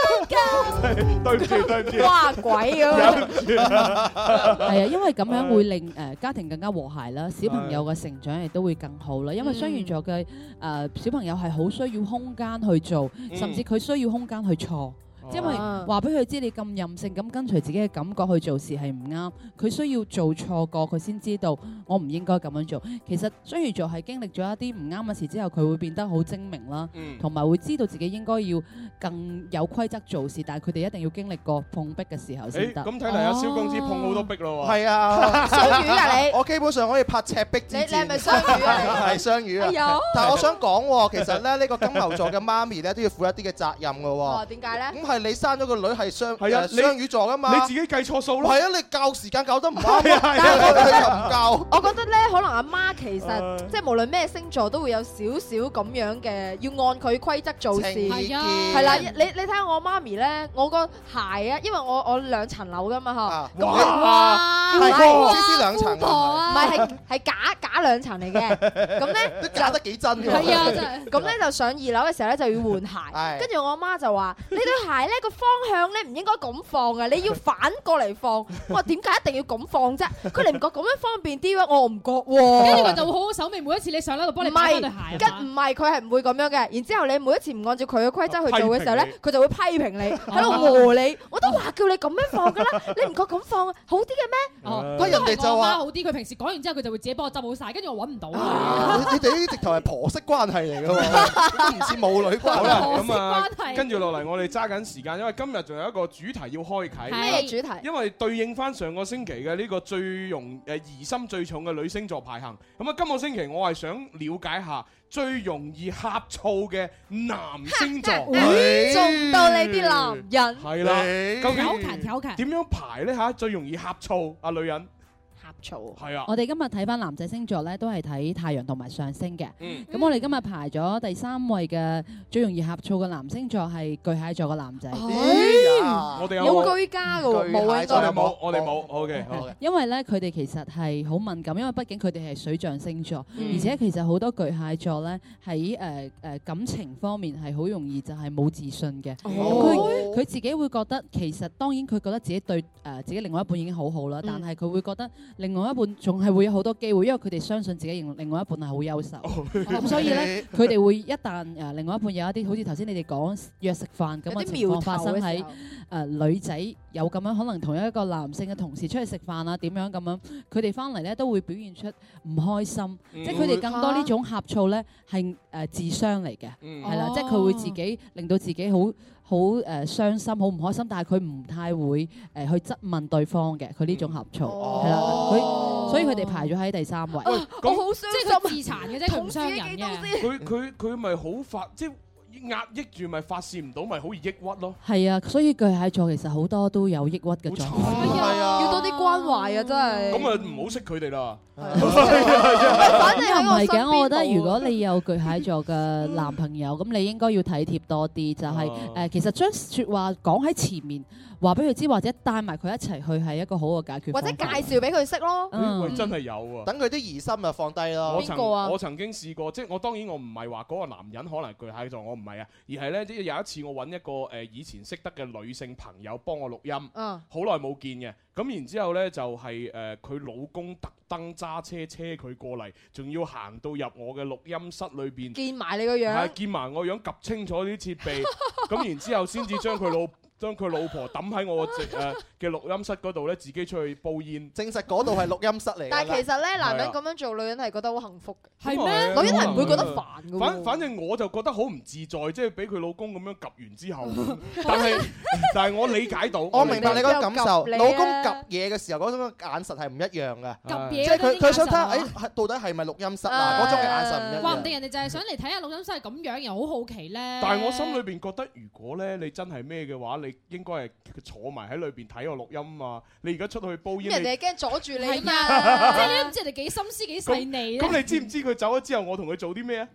對唔住對唔住，
哇鬼咁
忍唔住
係啊，因為咁樣會令誒家庭更加和諧啦，小朋友嘅成長亦都會更好啦。因為雙魚座嘅誒小朋友係好需要空間去做，
嗯
甚至佢需要空間去錯。因為
啊
話俾佢知你咁任性咁跟隨自己嘅感覺去做事係唔啱，佢需要做錯過佢先知道我唔應該咁樣做。其實雙魚座係經歷咗一啲唔啱嘅事之後，佢會變得好精明啦
嗯，
同埋會知道自己應該要更有規則做事，但係佢哋一定要經歷過碰壁嘅時候先
誒
得。
咁睇嚟阿蕭公子碰好多壁咯喎，
係 啊，
㗎你
我基本上可以拍赤壁之
你你係咪
雙
雙魚啊
係雙
哎
魚
呀
啊！但係我想講喎，其實咧呢個金牛座嘅媽咪咧都要負一啲嘅責任嘅
哦，
喎。
點解咧？
咁係你生咗個女係雙
係啊
誒
你
雙魚座噶嘛？
你自己計錯數咯，
係啊，你教時間教得唔啱
係
啊，
啊
但係
係啊
我哋就唔教。
我覺得咧，可能阿媽其實即係無論咩星座都會有少少咁樣嘅，要按佢規則做事。
情意見
係啦，你你睇下我媽咪咧，我個鞋啊，因為我我兩層樓噶嘛嚇。咁
哇
佢哇
富婆啊知知兩層
富婆啊，唔係係係假假兩層嚟嘅。咁咧
都教得幾真㗎。
係啊，真係。咁咧就上二樓嘅時候咧就要 換鞋，
係
跟住我阿媽就話： 你對鞋咧個方向咧唔應該咁放嘅，你要反過嚟放。我話點解一定要咁放啫？佢哋唔覺咁樣方便啲咩？我唔覺
跟
喎。
住佢就會好好手尾，每一次你上樓度幫你
哦唔
擺
係
翻對鞋啊
跟唔係佢係唔會咁樣嘅。然之後你每一次唔按照佢嘅規則去做嘅時候
批評
咧
你，
佢就會批評你，喺度餓 你。我都話叫你咁樣放㗎啦，你唔覺咁放好啲嘅咩？
哦，
不過人哋就話
好啲，佢平時講完之後佢就會自己幫我執好晒，跟住我揾唔到。啊
你哋呢啲直頭係婆媳關係嚟㗎喎，都唔似母女關
好
係。
啦，咁啊
關，係
跟住落嚟，我哋揸緊時間，因為今日仲有一個主題要開啟。
咩主題。
因為對應翻上個星期嘅呢個最容誒疑心最重嘅女星座排行。咁啊，今個星期我係想了解下最容易呷醋嘅男星 座
咦中到你啲男人
係啦，究
挑勤挑勤
竟點樣排呢？嚇？最容易呷醋啊，女人
呷醋
係啊。
哦我哋今日睇翻男仔星座咧，都係睇太陽同埋上升嘅。咁、
嗯
我哋今日排咗第三位嘅最容易呷醋嘅男星座係巨蟹座嘅男仔。
哦
嗯
À.
我哋有
有居家㗎喎，冇啊應該
我哋
哦
冇，我哋冇。OK，好嘅。
因為咧，佢哋其實係好敏感，因為畢竟佢哋係水象星座，
嗯
而且其實好多巨蟹座咧喺誒誒感情方面係好容易就係冇自信嘅。咁佢佢、自己會覺得其實當然佢覺得自己對誒、呃自己另外一半已經好好
嗯
啦，但係佢會覺得另外一半仲係會有好多機會，因為佢哋相信自己另另外一半係好優秀。
哦
咁所以咧，佢哋會一旦誒另外一半有一啲好似頭先你哋講呃約食飯咁
有
嘅
啲
情
苗
況
頭
發生
嘅時
喺
候
誒女仔有咁樣，可能同一個男性嘅同事出去食飯啊，點樣咁樣，佢哋翻嚟咧都會表現出唔開心，
嗯
即係佢哋更多呢種呷醋咧係誒自傷嚟嘅，
嗯
係啦，
哦
即係佢會自己令到自己好。好誒傷心，好唔開心，但係佢唔太會誒去質問對方嘅，佢呢種呷醋係啦，
哦
佢所以佢哋排咗喺第三位。
我好傷
即係佢自殘嘅啫，佢唔傷人嘅。
佢佢佢咪好發，即係壓抑住，咪發泄唔到，咪好易抑鬱咯。
係啊，所以巨蟹座其實好多都有抑鬱嘅狀況。
à.
要多啲關懷啊！真係。
咁啊，唔好識佢哋啦。
反正
又唔係
喺
嘅，
我
我覺
身邊冇
得如果你有巨蟹座嘅男朋友，咁你應該要體貼多啲，就係
哦
誒，其實將説話講喺前面，話俾佢知，或者帶埋佢一齊去係一個好嘅解決
或
方
者
法。
介紹俾佢識咯。
嗯
喂，真係有啊！
等佢啲疑心啊放低咯。
我曾
邊個啊
我曾經試過，即係我當然我唔係話嗰個男人可能巨蟹座，我唔係啊，而係呢，即係有一次我揾一個誒、呃以前識得嘅女性朋友幫我錄音，
嗯
好耐冇見嘅，咁然之後呢，就係誒佢老公特登揸車車佢過嚟，仲要行到入我嘅錄音室裏邊，
見埋你個樣
係見埋我樣，及清楚啲設備，咁然之後先至將佢老將佢老婆抌喺我直誒嘅錄音室嗰度咧，自己出去煲煙。
證實嗰度係錄音室嚟㗎啦。
但係其實咧，男人
係啊
咁樣做，女人係覺得好幸福嘅。
咁啊
女人係唔會覺得
可能
煩嘅喎。
反反正我就覺得好唔自在，即係俾佢老公咁樣及完之後，但係 但係我理解到，
我明白你嗰個感受，
你又及你啊
老公及嘢嘅時候嗰種眼神係唔一樣嘅，
嘢
啊
即係
嗰
佢
啲
佢想睇下，哎
眼神
誒到底係咪錄音室啊？嗰種嘅眼神唔一
話唔
樣。
定人哋就係想嚟睇下錄音室係咁樣，又好好奇咧。
但係我心裏邊覺得，如果咧你真係咩嘅話，你應該係坐埋喺裏邊睇我錄音啊！你而家出去煲
咁人
煙，
哋係
你
驚阻住你啊
啊，即係
嘛。
你都唔知人哋幾心思幾細膩咧。
咁你知唔知佢走咗之後，我同佢做啲咩啊？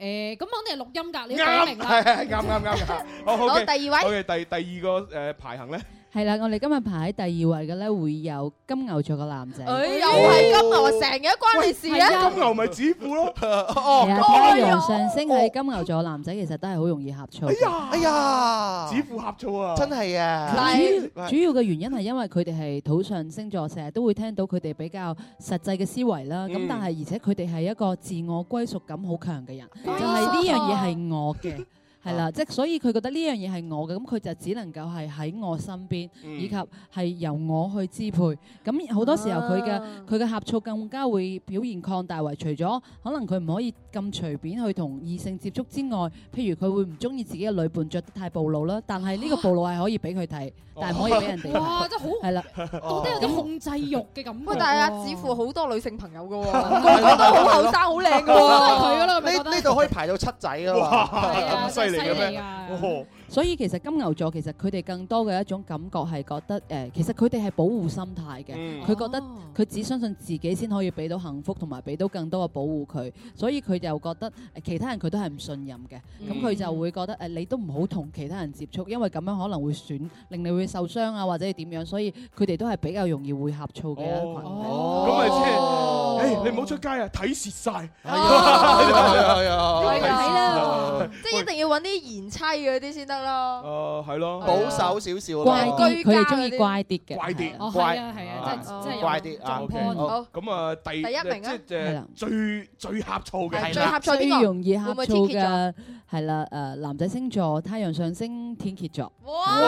誒，咁肯定係錄音㗎，你要講
啱，
明
係係
啦。
啱啱啱啱。好
好
，OK，
第二位
OK，第第二個誒排行咧，
係啦，我哋今日排喺第二位嘅咧，會有金牛座嘅男仔。
哦
誒又係金牛啊，成日都關你事
喂係
嘅。
啊
金牛咪指父咯。
哦
係啊，太陽上升
哦
喺金牛座嘅男仔，其實都係好容易呷醋嘅。
哎呀，
指父呷醋啊！
真係啊！
主要主要嘅原因係因為佢哋係土上星座，成日都會聽到佢哋比較實際嘅思維啦。咁、
嗯
但係而且佢哋係一個自我歸屬感好強嘅人，就
哦
係呢樣嘢係我嘅。係
啊
啦，即係所以佢覺得呢樣嘢係我嘅，咁佢就只能夠係喺我身邊，
嗯
以及係由我去支配。咁好多時候佢
啊
嘅佢嘅呷醋更加會表現擴大為，除咗可能佢唔可以咁隨便去同異性接觸之外，譬如佢會唔中意自己嘅女伴着得太暴露啦。但係呢個暴露係可以俾佢睇，
哦
但係唔可以俾人哋 睇。
哇真係好
係啦，
Ờ.
到底有啲控制欲嘅感覺。
喂，但係阿子富好多女性朋友嘅喎，個個
個
都好後生好靚嘅喎，
呢呢度可以排到七仔㗎
哇
嘛，
咁犀利嘅咩？
啊
哦
所以其實金牛座其實佢哋更多嘅一種感覺係覺得誒、其實佢哋係保護心態嘅，
嗯
佢、覺得
哦
佢只相信自己先可以俾到幸福同埋俾到更多嘅保護佢，所以佢就覺得誒其他人佢都係唔信任嘅，咁佢、
嗯
就會覺得誒、你都唔好同其他人接觸，因為咁樣可能會損令你會受傷啊或者係點樣，所以佢哋都係比較容易會呷醋嘅一群體。
哦
哦
咁咪即係，誒你唔好出街啊，睇蝕晒。
係
係啊
啊
睇
Ờ.
啦
即係一定要揾啲賢妻嗰啲先得咯。
誒哦係咯，
保守少少咯
怪啲，哦佢哋中
哦居
意
家嗰啲
怪啲嘅，
怪啲
係，
哦
怪
係啊係啊真係真係有
怪啲啊
撞
哦
OK，
破
好
咁啊，第
第一名啊
即係誒最最呷醋嘅，
最呷醋
最
邊個
容易
會唔
呷
會
醋
天蠍
嘅係啦，誒男仔星座太陽上升天蠍座，
哎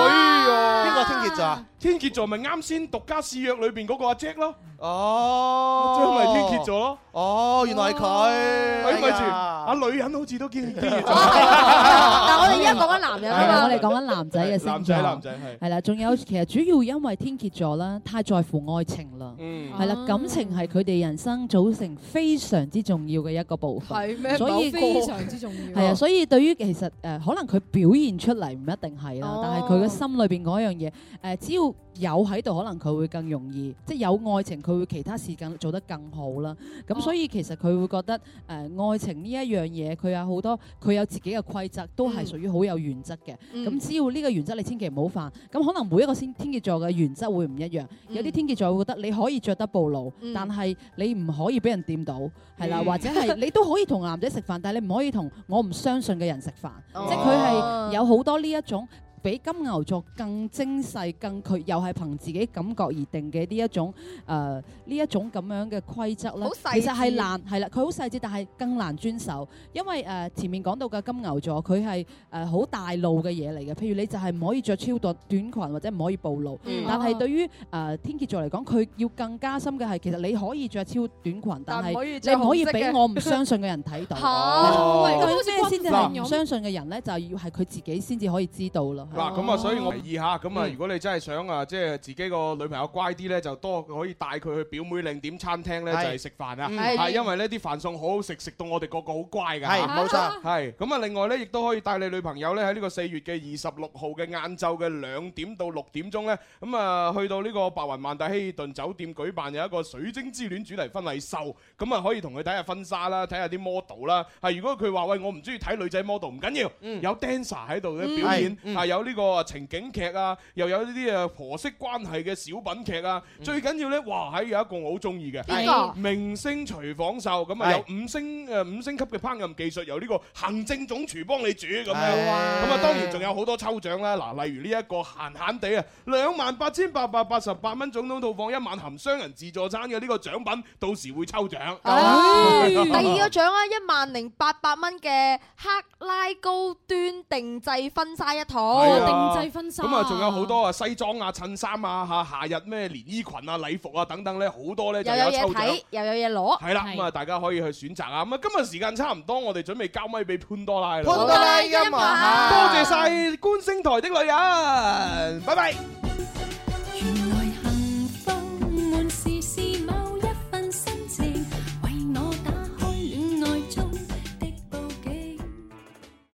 呀，
邊個天蠍座啊？
天蠍座咪啱先獨家試約裏邊嗰個阿 Jack 咯，
哦，
張咪天蠍座咯。
哦，原來係佢。
喂，咪住，
哎呀
阿女人好似都天天蠍座。
但我哋而家講緊男人
係啦
啊
我
嘛
哋。講緊男仔嘅星座，
男仔男仔係啊
係啦，仲有其實主要因為天蠍座啦，太在乎愛情啦，
嗯
係啦，感情係佢哋人生組成非常之重要嘅一個部分，
係咩
所以
某非常之重要
係啊，所以對於其實誒、呃可能佢表現出嚟唔一定係啦，但係佢嘅心裏邊嗰樣嘢誒、呃只要有喺度，可能佢會更容易，即係有愛情，佢會其他事更做得更好啦。咁所以其實佢會覺得誒、呃愛情呢一樣嘢，佢有好多佢有自己嘅規則，都係屬於好有原則嘅。咁、
嗯
只要呢個原則你千祈唔好犯，咁可能每一個天天蝎座嘅原則會唔一樣。有啲天蝎座會覺得你可以着得暴露，
嗯
但係你唔可以俾人掂到，係啦，
嗯
或者係你都可以同男仔食飯，但係你唔可以同我唔相信嘅人食飯，
哦
即係佢係有好多呢一種。比金牛座更精細、更佢又係憑自己感覺而定嘅呢一種誒呃呢、一種咁樣嘅規則啦
好，細緻
其實係難係啦，佢好細緻，但係更難遵守，因為誒、呃前面講到嘅金牛座，佢係誒好大路嘅嘢嚟嘅，譬如你就係唔可以着超短短裙或者唔可以暴露，
嗯
但係
哦
對於誒、呃天蠍座嚟講，佢要更加深嘅係，其實你可以着超短裙，但
但唔可以
係
着
你唔可
紅
以
色嘅
俾我唔相信嘅人睇 到。
嚇哦喂咁好似
咩先至
軍
係
訓
唔
咁
相信嘅人咧？就要係佢自己先至可以知道咯。
嗱，咁啊，所以我提議下，咁啊，如果你真係想啊，即係自己個女朋友乖啲咧，就多可以帶佢去表妹靚點餐廳咧，就
係
係食飯啊，
嗯
係
係
因為呢啲飯餸好好食，食到我哋個個好乖㗎。
係冇錯
係咁啊，另外咧，亦都可以帶你女朋友咧喺呢個四月嘅二十六號嘅晏晝嘅兩點到六點鐘咧，咁啊去到呢個白雲曼大希頓酒店舉辦有一個水晶之戀主題婚禮秀，咁啊可以同佢睇下婚紗啦，睇下啲 model 啦。係如果佢話喂我唔中意睇女仔 model 唔緊要，有 dancer 喺度咧表演
係，嗯
啊有呢個情景劇啊，又有呢啲誒婆媳關係嘅小品劇啊，最緊要咧哇係有一個我好中意嘅，
邊個
明星廚房秀咁啊有五星誒五星級嘅烹飪技術，由呢個行政總廚幫你煮咁樣，咁啊當然仲有好多抽獎啦，嗱例如呢一個閒閒地啊兩萬八千八百八十八蚊總統套房一晚含雙人自助餐嘅呢個獎品，到時會抽獎。
第二個獎啊，一萬零八百蚊嘅克拉高端定製婚紗一套。
係係啊。
定制婚紗
咁啊，仲有好多啊西裝啊、襯衫啊、嚇夏日咩連衣裙啊、禮服啊等等咧，好多咧就
又有
有
嘢
抽
睇
獎。，
又有嘢攞。
係啦，咁啊，大家可以去選擇啊。咁啊，今日時間差唔多，我哋準備交咪俾潘多拉啦。
啊
潘多拉音樂
多謝晒觀星台的女人，拜拜。